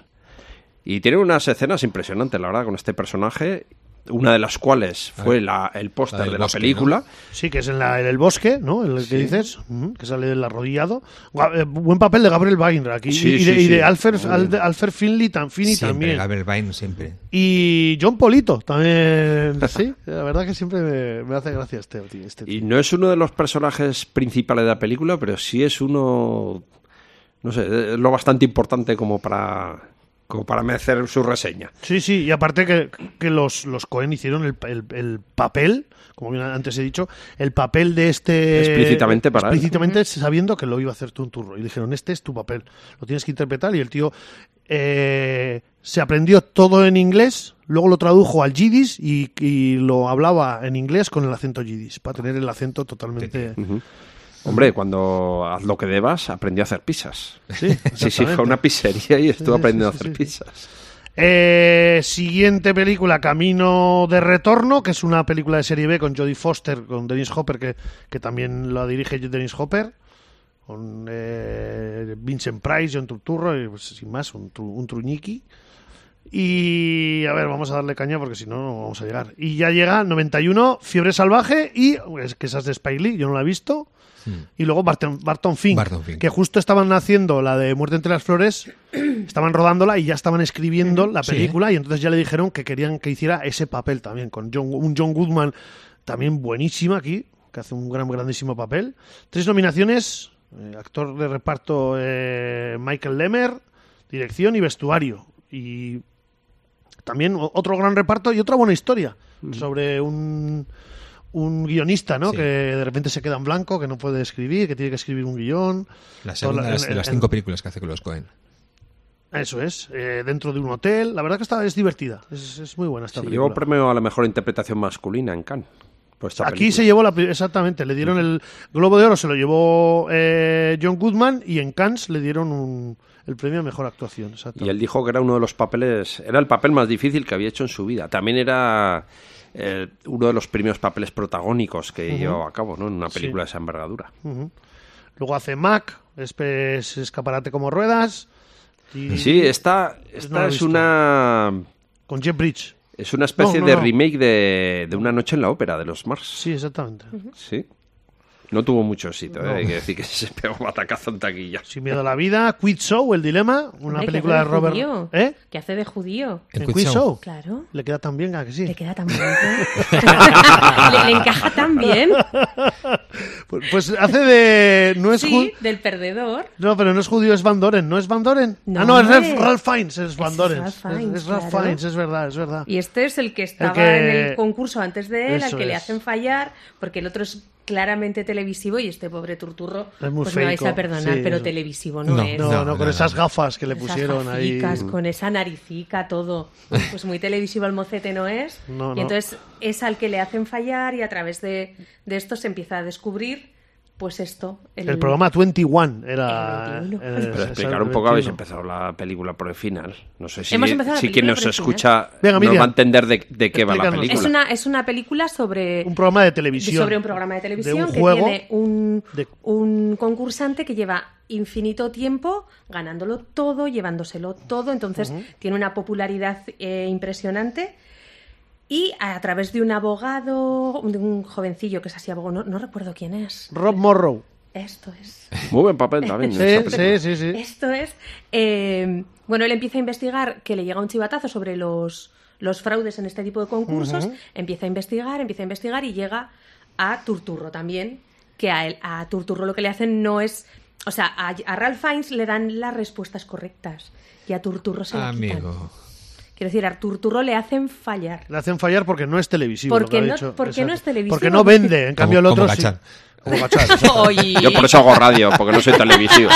Speaker 3: Y tiene unas escenas impresionantes, la verdad, con este personaje, una de las cuales fue la- el póster
Speaker 2: del
Speaker 3: de la
Speaker 2: bosque, ¿no?
Speaker 3: película.
Speaker 1: Sí, que es en, la- en el bosque, ¿no? El que dices, ujú, que sale del arrodillado. Gua- eh, Buen papel de Gabriel Byrne aquí.
Speaker 3: Sí,
Speaker 1: y, y de,
Speaker 3: sí,
Speaker 1: y de
Speaker 3: sí.
Speaker 1: Alfred,
Speaker 3: Muy
Speaker 1: Al-
Speaker 3: bien.
Speaker 1: Alfred Finley, tan, Finney
Speaker 2: siempre,
Speaker 1: también.
Speaker 2: Gabriel Byrne siempre.
Speaker 1: Y John Polito también. Sí, la verdad que siempre me, me hace gracia este, tío, este tío.
Speaker 3: Y no es uno de los personajes principales de la película, pero sí es uno, no sé, es lo bastante importante como para, como para merecer su reseña.
Speaker 1: Sí, sí, y aparte que, que los, los Cohen hicieron el, el- el papel, como bien antes he dicho, el papel de este...
Speaker 3: Explícitamente para él.
Speaker 1: Explícitamente sabiendo que lo iba a hacer tú turro. Y dijeron, este es tu papel, lo tienes que interpretar. Y el tío eh, se aprendió todo en inglés, luego lo tradujo al yidis y, y lo hablaba en inglés con el acento yidis, para tener el acento totalmente...
Speaker 3: Hombre, cuando haz lo que debas, aprendí a hacer pizzas.
Speaker 1: Sí,
Speaker 3: Sí, sí, fue a
Speaker 1: exactamente.
Speaker 3: una pizzería y estuve
Speaker 1: sí,
Speaker 3: aprendiendo
Speaker 1: sí,
Speaker 3: a hacer
Speaker 1: sí,
Speaker 3: pizzas.
Speaker 1: Eh, siguiente película, Camino de Retorno, que es una película de serie B con Jodie Foster, con Dennis Hopper, que, que también la dirige Dennis Hopper, con eh, Vincent Price, John Turturro, y, pues, sin más, un, tru- un truñiqui. Y a ver, vamos a darle caña porque si no, no vamos a llegar. Y ya llega 91, Fiebre Salvaje, y es que esas de Spike Lee, yo no la he visto. Y luego Barton, Barton Fink,
Speaker 2: Barton Fink.
Speaker 1: que justo estaban haciendo la de Muerte entre las Flores, estaban rodándola y ya estaban escribiendo la
Speaker 2: Sí.
Speaker 1: película. Y entonces ya le dijeron que querían que hiciera ese papel también, con John, un John Goodman también buenísimo aquí, que hace un gran, grandísimo papel. Tres nominaciones: eh, actor de reparto eh, Michael Lemmer, dirección y vestuario. Y también o- otro gran reparto y otra buena historia sobre un, un guionista, ¿no?
Speaker 2: Sí.
Speaker 1: Que de repente se queda en blanco, que no puede escribir, que tiene que escribir un guión.
Speaker 2: La segunda de
Speaker 1: Toda-
Speaker 2: las, de
Speaker 1: en-
Speaker 2: las
Speaker 1: en-
Speaker 2: cinco películas que hace con los Cohen.
Speaker 1: Eso es, eh, dentro de un hotel. La verdad que está, es divertida, es, es muy buena esta
Speaker 3: Sí,
Speaker 1: película.
Speaker 3: llevó premio a la mejor interpretación masculina en Cannes. Pues por esta
Speaker 1: Aquí se
Speaker 3: película.
Speaker 1: llevó la pri- exactamente, le dieron el Globo de Oro, se lo llevó eh, John Goodman y en Cannes le dieron un- el premio a mejor actuación. exacto.
Speaker 3: Y él dijo que era uno de los papeles, era el papel más difícil que había hecho en su vida. También era eh, uno de los primeros papeles protagónicos que llevó a cabo ¿no? en una película de esa envergadura.
Speaker 1: Luego hace Mac, es, es escaparate como ruedas. Y
Speaker 3: Sí, esta,
Speaker 1: No lo
Speaker 3: esta
Speaker 1: he
Speaker 3: es
Speaker 1: visto.
Speaker 3: una
Speaker 1: Con Jeff Bridge.
Speaker 3: es una especie
Speaker 1: No, no,
Speaker 3: de
Speaker 1: no.
Speaker 3: remake de, de Una noche en la ópera de los Mars.
Speaker 1: Sí, exactamente.
Speaker 3: Sí. No tuvo mucho éxito, ¿eh? hay que decir que se pegó batacazo en taquilla.
Speaker 1: Sin miedo a la vida, Quit Show, El Dilema, una
Speaker 4: Hombre, que
Speaker 1: película de
Speaker 4: hace
Speaker 1: Robert.
Speaker 4: Judío,
Speaker 1: ¿Eh?
Speaker 4: Que hace de judío.
Speaker 1: En
Speaker 2: Quiz
Speaker 1: Quit Show.
Speaker 4: Claro.
Speaker 1: Le queda tan bien, ¿a que sí?
Speaker 4: Le queda tan bonito. le, le encaja tan bien.
Speaker 1: Pues, pues hace de. No es
Speaker 4: Sí,
Speaker 1: ju-
Speaker 4: del perdedor.
Speaker 1: No, pero no es judío, es Van Doren, ¿no es Van Doren?
Speaker 4: No,
Speaker 1: ah, no, es Ralph,
Speaker 4: hombre.
Speaker 1: Ralph Fiennes, es Van
Speaker 4: es
Speaker 1: Doren.
Speaker 4: Ralph
Speaker 1: Es,
Speaker 4: Fiennes,
Speaker 1: es Ralph
Speaker 4: claro.
Speaker 1: Fiennes, es verdad, es verdad.
Speaker 4: Y este es el que estaba
Speaker 1: que-
Speaker 4: en el concurso antes de él, al
Speaker 1: Eso
Speaker 4: que le
Speaker 1: es.
Speaker 4: hacen fallar, porque el otro es claramente televisivo y este pobre turturro,
Speaker 1: Es muy
Speaker 4: pues me vais
Speaker 1: feico,
Speaker 4: a perdonar,
Speaker 1: sí,
Speaker 4: pero
Speaker 1: eso.
Speaker 4: televisivo no,
Speaker 2: No,
Speaker 4: es.
Speaker 1: No, no,
Speaker 2: No,
Speaker 1: con
Speaker 2: no,
Speaker 1: esas
Speaker 2: no.
Speaker 1: gafas que le
Speaker 4: Esas
Speaker 1: pusieron ahí.
Speaker 4: gaficas, con esa naricica, todo. Pues muy televisivo el mocete no es.
Speaker 1: No,
Speaker 4: y
Speaker 1: no.
Speaker 4: entonces es al que le hacen fallar y a través de, de esto se empieza a descubrir, pues esto.
Speaker 1: El programa 21 era.
Speaker 4: El 21.
Speaker 1: era-
Speaker 3: Pero
Speaker 1: era-
Speaker 3: explicar
Speaker 1: era
Speaker 3: un poco, habéis
Speaker 1: 21.
Speaker 3: empezado la película por el final. No sé si,
Speaker 4: Hemos empezado la
Speaker 3: si
Speaker 4: película
Speaker 3: quien nos
Speaker 4: por el
Speaker 3: escucha
Speaker 1: Venga,
Speaker 3: nos va
Speaker 1: Miriam,
Speaker 3: a entender de, de qué va la
Speaker 1: explícanos.
Speaker 3: película.
Speaker 4: Es una, es una película sobre
Speaker 1: Un programa de televisión.
Speaker 4: Sobre un programa de televisión
Speaker 1: un
Speaker 4: que
Speaker 1: juego.
Speaker 4: tiene un,
Speaker 1: de-
Speaker 4: un concursante que lleva infinito tiempo ganándolo todo, llevándoselo todo, entonces tiene una popularidad eh, impresionante. Y a través de un abogado, de un jovencillo que es así abogado, no, no recuerdo quién es.
Speaker 1: Rob Morrow.
Speaker 4: Esto es.
Speaker 3: Muy buen papel también. en
Speaker 1: Sí,
Speaker 3: esta
Speaker 1: sí,
Speaker 3: película.
Speaker 1: sí, sí.
Speaker 4: Esto es. eh, bueno, él empieza a investigar que le llega un chivatazo sobre los, los fraudes en este tipo de concursos. Empieza a investigar, empieza a investigar y llega a Turturro también. Que a, él, a Turturro lo que le hacen no es. O sea, a, a Ralph Fiennes le dan las respuestas correctas y a Turturro se la quitan.
Speaker 2: Amigo.
Speaker 4: Quiero decir, a Turturro le hacen fallar.
Speaker 1: Le hacen fallar porque no es televisivo.
Speaker 4: Porque
Speaker 1: lo que ha
Speaker 4: no-
Speaker 1: dicho.
Speaker 4: porque no es
Speaker 1: Exacto.
Speaker 4: televisivo.
Speaker 1: Porque no vende. En cambio, el otro
Speaker 2: Como- como
Speaker 1: sí.
Speaker 2: Gachán.
Speaker 1: Como Gachán, exacto.
Speaker 4: Oye.
Speaker 3: Yo por eso hago radio, porque no soy televisivo.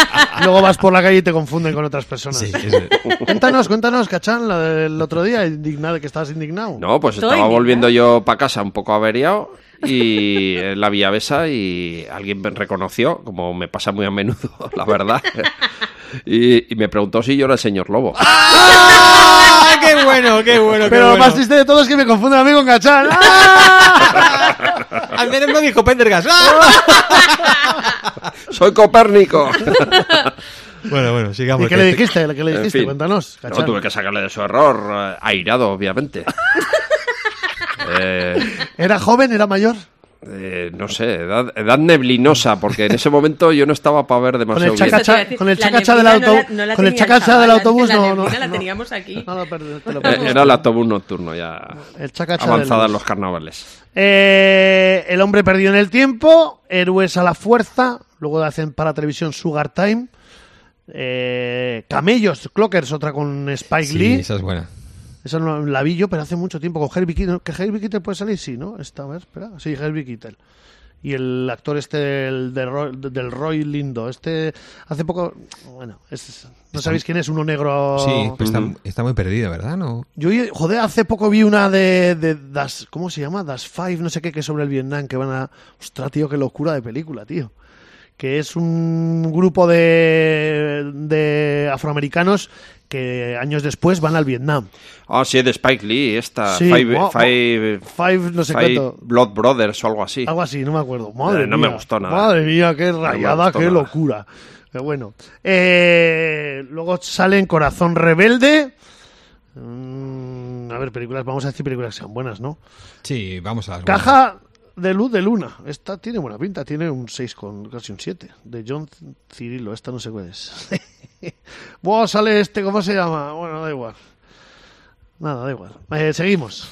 Speaker 1: Luego vas por la calle y te confunden con otras personas.
Speaker 2: Sí, es-
Speaker 1: Cuéntanos, cuéntanos, Cachán, la del otro día, indignado, que estabas indignado.
Speaker 3: No, pues
Speaker 4: Estoy
Speaker 3: estaba
Speaker 4: indignada.
Speaker 3: volviendo yo para casa un poco averiado y en la vía Besa y alguien me reconoció, como me pasa muy a menudo, la verdad. Y, y me preguntó si yo era el señor lobo.
Speaker 2: ¡Ah! ¡Qué bueno, qué bueno! qué
Speaker 1: Pero lo
Speaker 2: bueno.
Speaker 1: más triste de todo es que me confunden a mí con Cachán. Ah,
Speaker 2: Al menos no dijo Pendergast. ¡Ah!
Speaker 3: ¡Soy Copérnico!
Speaker 2: Bueno, bueno, sigamos.
Speaker 1: ¿Y qué
Speaker 2: este- que-
Speaker 1: le dijiste? ¿Qué le
Speaker 3: En
Speaker 1: dijiste?
Speaker 3: fin.
Speaker 1: Cuéntanos,
Speaker 3: No,
Speaker 1: Cachán.
Speaker 3: tuve que sacarle de su error, eh, airado, obviamente. Eh,
Speaker 1: ¿Era joven? ¿Era mayor?
Speaker 3: eh, no sé, edad, edad neblinosa, porque en ese momento yo no estaba para ver
Speaker 1: Con el
Speaker 3: demasiado bien.
Speaker 4: chaca-
Speaker 1: chacacha,
Speaker 4: decir,
Speaker 1: con el
Speaker 4: la
Speaker 1: chacacha del
Speaker 4: neblina no
Speaker 1: autobús,
Speaker 4: la- no la
Speaker 1: con el
Speaker 4: tenía el
Speaker 1: chacacha del
Speaker 4: chaval,
Speaker 1: autobús
Speaker 4: la
Speaker 1: no, no,
Speaker 4: neblina la
Speaker 1: no.
Speaker 4: teníamos aquí.
Speaker 1: No lo perdí, te lo
Speaker 3: Eh,
Speaker 1: perdí.
Speaker 3: Era el autobús nocturno ya.
Speaker 1: El chacacha del
Speaker 3: Avanzada en
Speaker 1: bus.
Speaker 3: los carnavales.
Speaker 1: Eh, el hombre perdido en el tiempo, héroes a la fuerza, luego hacen para televisión Sugar Time, eh, Camellos, Clockers, otra con Spike
Speaker 2: Sí,
Speaker 1: Lee,
Speaker 2: esa es buena.
Speaker 1: esa no la vi yo, pero hace mucho tiempo con Herbie Kittel, que Herbie Kittel puede salir, sí, ¿no? Esta, a ver, espera, sí, Herbie Kittel. Y el actor este el de Roy- del Roy Lindo, este hace poco, bueno, es- no sabéis quién es, uno negro.
Speaker 2: Sí, pues- pero está, está muy perdida, ¿verdad? No.
Speaker 1: Yo, oí- joder, hace poco vi una de, de Das, ¿cómo se llama? Das Five, no sé qué, que es sobre el Vietnam, que van a... Ostras, tío, qué locura de película, tío. Que es un grupo de, de afroamericanos que años después van al Vietnam.
Speaker 3: Ah, sí, de Spike Lee, esta.
Speaker 1: Sí,
Speaker 3: five,
Speaker 1: mo- mo-
Speaker 3: Five-
Speaker 1: Five, no sé
Speaker 3: Five
Speaker 1: cuánto.
Speaker 3: Blood Brothers o algo así.
Speaker 1: Algo así, no me acuerdo. Madre
Speaker 3: Eh, no
Speaker 1: mía.
Speaker 3: me gustó nada.
Speaker 1: Madre mía, qué
Speaker 3: me
Speaker 1: rayada,
Speaker 3: gustó
Speaker 1: qué
Speaker 3: nada.
Speaker 1: locura. Pero bueno. Eh, luego salen Corazón Rebelde. Mm, a ver, películas, vamos a decir películas que sean buenas, ¿no?
Speaker 2: Sí, vamos a las buenas.
Speaker 1: Caja de luz de luna. Esta tiene buena pinta, tiene un 6 con casi un 7. De John Cirilo, esta no sé cuál es. Buah, sale este, ¿cómo se llama? Bueno, da igual. Nada, da igual. Eh, seguimos.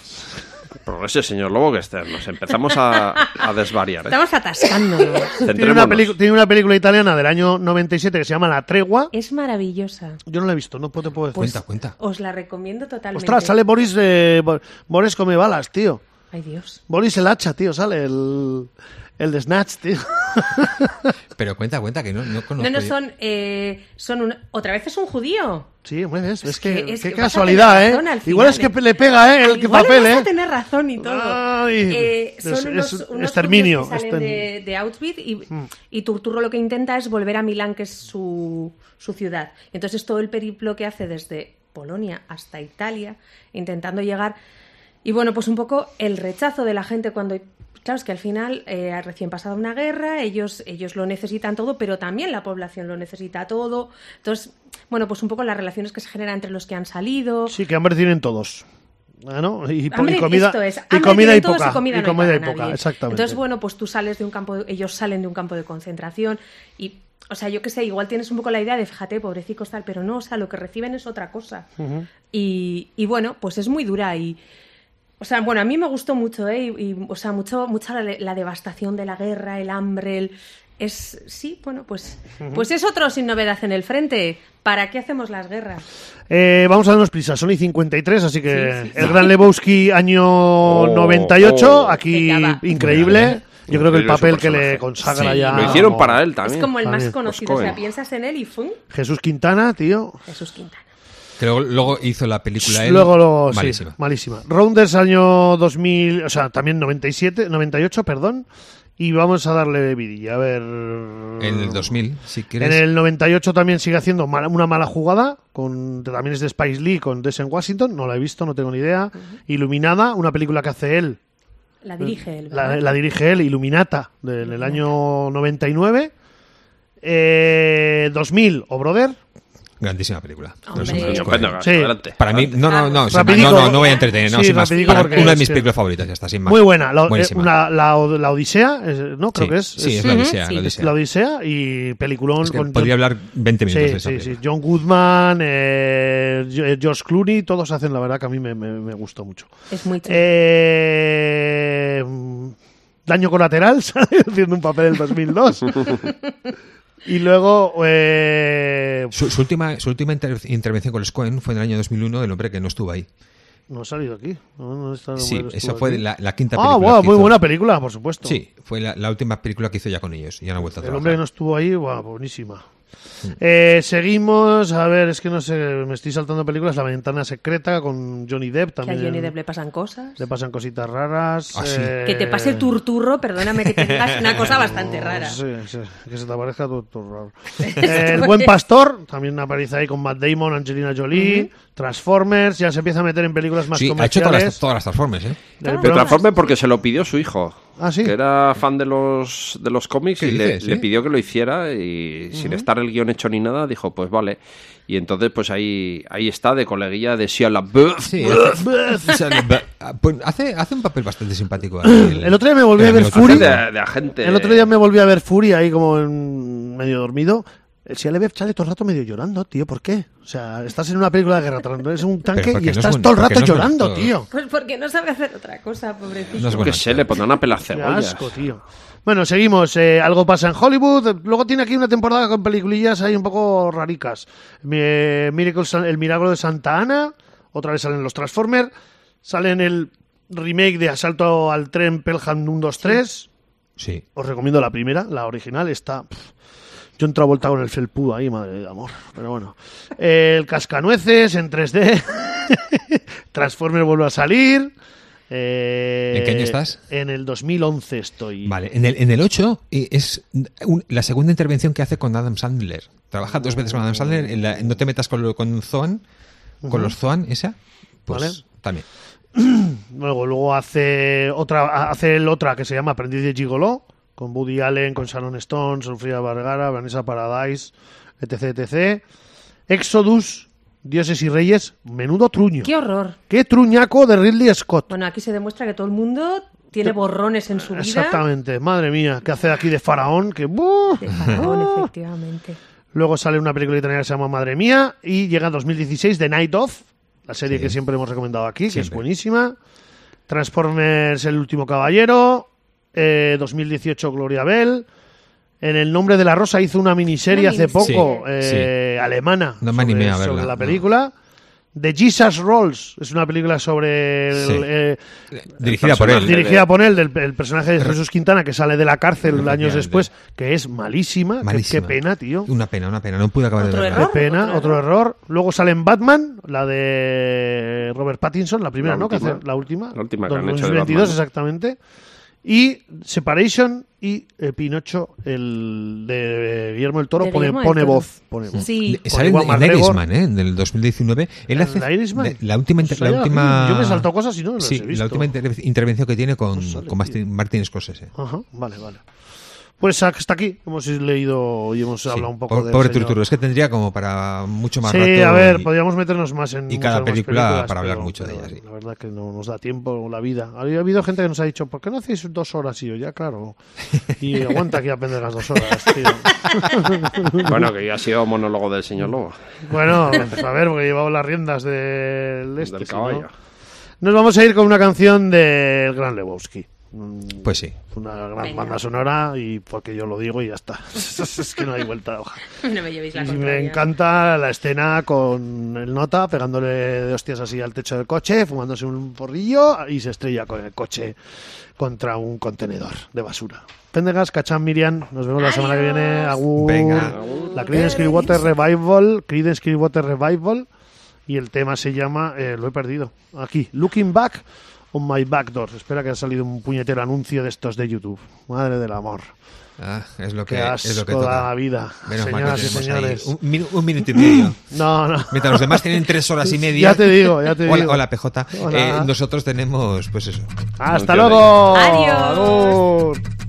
Speaker 3: Progrese, señor Lobo, que este- nos empezamos a, a desvariar. ¿eh?
Speaker 4: Estamos atascándonos.
Speaker 1: Tiene una,
Speaker 3: Centrémonos.
Speaker 1: pelicu- tiene una película italiana del año 97 que se llama La Tregua.
Speaker 4: es maravillosa.
Speaker 1: Yo no la he visto, no puedo- te puedo decir.
Speaker 4: Pues
Speaker 2: Cuenta, cuenta.
Speaker 4: Os la recomiendo totalmente.
Speaker 1: Ostras, sale Boris, eh, Bo- Boris come balas, tío.
Speaker 4: Ay, Dios.
Speaker 1: Boris el hacha, tío, sale el, el de Snatch, tío.
Speaker 2: Pero cuenta, cuenta, que no, no conozco.
Speaker 4: No, no,
Speaker 2: yo.
Speaker 4: son... eh, son un- Otra vez es un judío.
Speaker 1: Sí, hombre, ves, es, que,
Speaker 4: es
Speaker 1: qué
Speaker 4: que vas a
Speaker 1: casualidad,
Speaker 4: tener
Speaker 1: ¿eh?
Speaker 4: razón al
Speaker 1: Igual es que
Speaker 4: final,
Speaker 1: pe- le pega, ¿eh? El que
Speaker 4: Igual
Speaker 1: papel,
Speaker 4: vas
Speaker 1: ¿eh?
Speaker 4: a tener razón y todo.
Speaker 1: Ay,
Speaker 4: Eh, son
Speaker 1: es-
Speaker 4: unos,
Speaker 1: es-
Speaker 4: unos
Speaker 1: exterminio, este. Hmm.
Speaker 4: judíos que salen de,
Speaker 1: exterminio.
Speaker 4: de Auschwitz y, y Turturro lo que intenta es volver a Milán, que es su, su ciudad. Entonces todo el periplo que hace desde Polonia hasta Italia, intentando llegar... Y bueno, pues un poco el rechazo de la gente cuando... Claro, es que al final eh, ha recién pasado una guerra, ellos, ellos lo necesitan todo, pero también la población lo necesita todo. Entonces, bueno, pues un poco las relaciones que se generan entre los que han salido,
Speaker 1: Sí, que hambre tienen todos. Ah, ¿no? Y, po- y
Speaker 4: Hambre,
Speaker 1: comida,
Speaker 4: esto es,
Speaker 1: y
Speaker 4: hambre
Speaker 1: comida
Speaker 4: tienen
Speaker 1: y
Speaker 4: todos
Speaker 1: poca.
Speaker 4: comida
Speaker 1: y
Speaker 4: no hay
Speaker 1: comida
Speaker 4: para
Speaker 1: y poca,
Speaker 4: nadie.
Speaker 1: exactamente.
Speaker 4: Entonces, bueno, pues tú sales de un campo, ellos salen de un campo de concentración y, o sea, yo qué sé, igual tienes un poco la idea de, fíjate, pobrecicos tal, pero no, o sea, lo que reciben es otra cosa. y, y bueno, pues es muy dura y... O sea, bueno, a mí me gustó mucho, ¿eh? Y, y, o sea, mucho, mucha la, la devastación de la guerra, el hambre, el... Es, sí, bueno, pues, pues es otro sin novedad en el frente. ¿Para qué hacemos las guerras?
Speaker 1: Eh, vamos a darnos prisa. Son y 53, así que
Speaker 4: Sí, sí,
Speaker 1: el
Speaker 4: sí.
Speaker 1: Gran Lebowski año
Speaker 3: Oh,
Speaker 1: 98.
Speaker 3: oh.
Speaker 1: Aquí
Speaker 4: Venga, va.
Speaker 1: increíble. Yo creo que el
Speaker 3: Increíble su
Speaker 1: papel que le
Speaker 3: personaje.
Speaker 1: consagra
Speaker 2: Sí,
Speaker 1: ya.
Speaker 3: Lo hicieron
Speaker 1: como-
Speaker 3: para él también.
Speaker 4: es como el
Speaker 1: también,
Speaker 4: más conocido.
Speaker 3: pues,
Speaker 4: o sea,
Speaker 3: Cohen.
Speaker 4: piensas en él y ¡fum!
Speaker 1: Jesús Quintana, tío.
Speaker 4: Jesús Quintana.
Speaker 2: Que luego, luego hizo la película él.
Speaker 1: Luego, luego,
Speaker 2: Malísima.
Speaker 1: sí, malísima. Rounders año 2000, o sea, también 97, 98, perdón. Y vamos a darle vidilla, a ver...
Speaker 2: En el 2000, si
Speaker 1: En
Speaker 2: quieres.
Speaker 1: el 98 también sigue haciendo mala- una mala jugada, con, también es de Spice Lee con Des en Washington, no la he visto, no tengo ni idea. Iluminada, una película que hace él,
Speaker 4: La dirige él.
Speaker 1: la,
Speaker 4: ¿verdad?
Speaker 1: la dirige él, Iluminata, del el año 99. Eh, 2000, O Brother,
Speaker 2: Grandísima película.
Speaker 4: Hombre.
Speaker 2: Los hombres
Speaker 3: Señor
Speaker 2: Coen.
Speaker 3: Pendergast,
Speaker 1: Sí.
Speaker 3: adelante.
Speaker 2: Para mí, no, no, no, o sea,
Speaker 1: Rapidico.
Speaker 2: no, no, no voy a entretener, no,
Speaker 1: Sí,
Speaker 2: sin más.
Speaker 1: rapidico
Speaker 2: Para-
Speaker 1: porque
Speaker 2: una de
Speaker 1: es
Speaker 2: mis
Speaker 1: que-
Speaker 2: películas favoritas, ya está, sin más.
Speaker 1: muy buena. La, eh,
Speaker 2: Buenísima.
Speaker 1: una- la, la Odisea, es- ¿no? Creo
Speaker 2: Sí,
Speaker 1: que es.
Speaker 2: Sí, es la
Speaker 4: Ujú,
Speaker 2: Odisea.
Speaker 4: sí.
Speaker 2: la Odisea.
Speaker 1: La Odisea y peliculón
Speaker 2: Es que
Speaker 1: con
Speaker 2: podría hablar 20 minutos de
Speaker 1: Sí,
Speaker 2: esa
Speaker 1: sí, sí.
Speaker 2: película.
Speaker 1: John Goodman, eh, Jo- eh, George Clooney, todos hacen la verdad que a mí me, me, me gustó mucho.
Speaker 4: Es muy chulo.
Speaker 1: Eh, mm, daño colateral, ¿sabes? haciendo un papel del 2002. y luego, eh,
Speaker 2: Su, su última, su última inter- intervención con los Cohen fue en el año 2001 del hombre que no estuvo ahí.
Speaker 1: no ha salido aquí. No, no está- no
Speaker 2: Sí,
Speaker 1: estuvo
Speaker 2: esa fue
Speaker 1: aquí.
Speaker 2: la, la quinta película.
Speaker 1: Ah, bueno,
Speaker 2: que
Speaker 1: muy
Speaker 2: hizo.
Speaker 1: buena película, por supuesto.
Speaker 2: Sí, fue la, la última película que hizo ya con ellos. Ya no ha vuelto a
Speaker 1: El
Speaker 2: trabajar.
Speaker 1: hombre que no estuvo ahí, buah, buenísima. Eh, seguimos, a ver, es que no sé, me estoy saltando películas. La ventana secreta con Johnny Depp
Speaker 4: Que a
Speaker 1: también.
Speaker 4: Johnny Depp le pasan cosas.
Speaker 1: le pasan cositas raras.
Speaker 2: Ah, sí.
Speaker 1: eh,
Speaker 4: Que te pase turturro, perdóname que te digas una cosa bastante rara.
Speaker 1: Sí, sí, que se te aparezca tu, tu raro. Eh, El buen pastor también aparece ahí con Matt Damon, Angelina Jolie, Transformers, ya se empieza a meter en películas más
Speaker 2: Sí, ha hecho todas las,
Speaker 1: comerciales.
Speaker 2: todas las Transformers, ¿eh?
Speaker 1: Eh,
Speaker 4: Todas.
Speaker 1: pero-
Speaker 3: Pero Transformers porque se lo pidió su hijo.
Speaker 1: Ah, sí.
Speaker 3: Que era fan de los, de los cómics
Speaker 2: Sí,
Speaker 3: y le,
Speaker 2: dices,
Speaker 3: le
Speaker 2: sí.
Speaker 3: pidió que lo hiciera y sin estar el guión hecho ni nada dijo, pues vale. Y entonces pues ahí, ahí está de coleguilla de Sia LaBeouf.
Speaker 2: Sí. hace, o sea, le- ah, pues hace, hace un papel bastante simpático. El,
Speaker 1: El otro día me volví
Speaker 2: el
Speaker 1: a ver
Speaker 2: amigo
Speaker 1: Fury.
Speaker 3: Hace
Speaker 2: Transformer.
Speaker 3: De, de agente.
Speaker 1: El
Speaker 2: eh,
Speaker 1: otro día me volví a ver Fury ahí como en- medio dormido. Eh, El Sialebef sale todo el rato medio llorando, tío. ¿Por qué? O sea, estás en una película de guerra, tran- es un tanque
Speaker 2: porque
Speaker 1: y
Speaker 2: no es
Speaker 1: estás
Speaker 2: buen-
Speaker 1: todo el
Speaker 2: porque
Speaker 1: rato
Speaker 2: no es buen
Speaker 1: llorando,
Speaker 2: actor.
Speaker 1: tío.
Speaker 4: Pues porque no sabe hacer otra cosa, pobrecito.
Speaker 2: No es
Speaker 3: Yo
Speaker 2: bueno.
Speaker 3: qué sé, le pondrán a pelar
Speaker 1: Qué
Speaker 3: cebollas.
Speaker 1: asco, tío. Bueno, seguimos. Eh, algo pasa en Hollywood. Luego tiene aquí una temporada con peliculillas ahí un poco raricas. Mi- eh, Miracle San- el milagro de Santa Ana. Otra vez salen los Transformers. Salen el remake de Asalto al tren Pelham 1, 2, 3.
Speaker 2: Sí.
Speaker 1: Os recomiendo la primera, la original está. pff, John Travolta con el felpudo ahí, madre de amor. Pero bueno. El cascanueces en 3D. Transformer vuelve a salir. Eh,
Speaker 2: ¿En qué año estás?
Speaker 1: En el 2011 estoy.
Speaker 2: Vale, en el, en el 8 eh, es un- la segunda intervención que hace con Adam Sandler. Trabaja dos veces con Adam Sandler. en la- en no te metas con, lo- con Zoan, con los Zoan, esa. Pues
Speaker 1: Vale.
Speaker 2: también.
Speaker 1: Luego, luego hace otra, hace el otra que se llama Aprendiz de Gigoló, con Woody Allen, con Sharon Stone, Sofía Vergara, Vanessa Paradise, etc, etc. Exodus, Dioses y Reyes, menudo truño.
Speaker 4: Qué horror.
Speaker 1: Qué truñaco de Ridley Scott.
Speaker 4: Bueno, aquí se demuestra que todo el mundo tiene borrones en su vida.
Speaker 1: Exactamente, madre mía, ¿qué hace aquí de faraón? Que ¡buh!
Speaker 4: De faraón,
Speaker 1: ¡Ah!
Speaker 4: efectivamente.
Speaker 1: Luego sale una película italiana que se llama Madre mía y llega en 2016 The Night Of, la serie
Speaker 2: Sí.
Speaker 1: que siempre hemos recomendado aquí, que es
Speaker 2: Siempre.
Speaker 1: buenísima. Transformers El último caballero, eh, 2018 Gloria Bell. En el nombre de la rosa hizo una miniserie
Speaker 4: Una
Speaker 1: hace
Speaker 4: miniserie.
Speaker 1: poco,
Speaker 2: Sí,
Speaker 1: eh, alemana,
Speaker 2: No me
Speaker 1: sobre,
Speaker 2: animé a
Speaker 1: sobre
Speaker 2: verla,
Speaker 1: la
Speaker 2: no.
Speaker 1: película. The Jesus Rolls es una película sobre el-
Speaker 2: Sí.
Speaker 1: eh,
Speaker 2: Dirigida por él.
Speaker 3: personaje de-
Speaker 1: dirigida por él, del el personaje de Jesús Quintana que sale de la cárcel años después, que es malísima. Qué- Qué,
Speaker 2: Malísima.
Speaker 1: pena, tío.
Speaker 2: Una pena, una pena. No pude acabar
Speaker 4: Otro
Speaker 1: Qué
Speaker 2: de verla.
Speaker 4: error.
Speaker 1: pena, otro error. Luego sale en Batman, la de Robert Pattinson, la primera,
Speaker 3: La
Speaker 1: ¿no? Que
Speaker 3: última.
Speaker 1: hace- la última.
Speaker 3: La última que han hecho de
Speaker 1: 2022,
Speaker 3: Batman.
Speaker 1: exactamente. Y Separation y eh, Pinocho, el de eh, Guillermo el Toro,
Speaker 4: De
Speaker 1: pone,
Speaker 4: Guillermo del
Speaker 1: pone
Speaker 4: Toro.
Speaker 1: voz. Pone voz.
Speaker 4: Sí.
Speaker 1: Con
Speaker 2: Sale en,
Speaker 1: Iwan
Speaker 2: en
Speaker 1: McGregor.
Speaker 2: Irishman, ¿eh? En el 2019. Él
Speaker 1: ¿El
Speaker 2: hace
Speaker 1: de Irishman?
Speaker 2: de- la última... inter-
Speaker 1: Pues
Speaker 2: la
Speaker 1: vaya,
Speaker 2: última...
Speaker 1: Yo me he saltado cosas y no las
Speaker 2: Sí,
Speaker 1: he visto.
Speaker 2: la última inter- intervención que tiene con,
Speaker 1: sale,
Speaker 2: con
Speaker 1: tío.
Speaker 2: Martin, Martin Scorsese.
Speaker 1: Ajá, vale, vale. Pues hasta aquí hemos leído y hemos hablado
Speaker 2: Sí.
Speaker 1: un poco
Speaker 2: Po-
Speaker 1: de.
Speaker 2: Pobre Turturro, es que tendría como para mucho más
Speaker 1: Sí,
Speaker 2: rato.
Speaker 1: a ver,
Speaker 2: y-
Speaker 1: podríamos meternos más en
Speaker 2: y
Speaker 1: muchas
Speaker 2: cada
Speaker 1: más
Speaker 2: película
Speaker 1: películas,
Speaker 2: para hablar
Speaker 1: pero-
Speaker 2: mucho de
Speaker 1: pero
Speaker 2: ella, sí.
Speaker 1: La verdad que no nos da tiempo la vida. Ha habido gente que nos ha dicho, ¿por qué no hacéis dos horas? Y yo, ya, claro. Y aguanta aquí a aprender las dos horas, tío.
Speaker 3: Bueno, que ya ha sido monólogo del señor Lobo.
Speaker 1: Bueno, pues a ver, porque he llevado las riendas del este.
Speaker 3: del
Speaker 1: si no.
Speaker 3: caballo.
Speaker 1: Nos vamos a ir con una canción del Gran Lebowski. Mm,
Speaker 2: Pues sí.
Speaker 1: Una gran
Speaker 4: Venga.
Speaker 1: banda sonora y porque yo lo digo y ya está. es que no hay vuelta de hoja.
Speaker 4: No me llevéis la
Speaker 1: Y me
Speaker 4: contraria.
Speaker 1: encanta la escena con el nota pegándole de hostias así al techo del coche, fumándose un porrillo y se estrella con el coche contra un contenedor de basura. Pendegas, Cachán, Miriam, nos vemos la semana que viene. Agur.
Speaker 2: Venga.
Speaker 1: La Creedence Clearwater Revival, Creedence Clearwater Revival y el tema se llama, eh, lo he perdido, aquí, Looking Back on My Back Door. Espera que ha salido un puñetero anuncio de estos de YouTube. Madre del amor.
Speaker 2: Ah, es lo que,
Speaker 1: Qué
Speaker 2: es lo
Speaker 1: asco
Speaker 2: que toca.
Speaker 1: da la vida.
Speaker 2: Menos mal
Speaker 1: Señoras
Speaker 2: que
Speaker 1: y
Speaker 2: tenemos
Speaker 1: señores.
Speaker 2: ahí Un, minu- un minuto y medio.
Speaker 1: No, no.
Speaker 2: Mientras los demás tienen tres horas y media.
Speaker 1: Ya te digo, ya te
Speaker 2: hola,
Speaker 1: digo.
Speaker 2: hola, PJ.
Speaker 1: Hola.
Speaker 2: Eh, nosotros tenemos, pues eso.
Speaker 1: Hasta
Speaker 3: Funciona.
Speaker 1: luego.
Speaker 4: Adiós.
Speaker 1: Agur.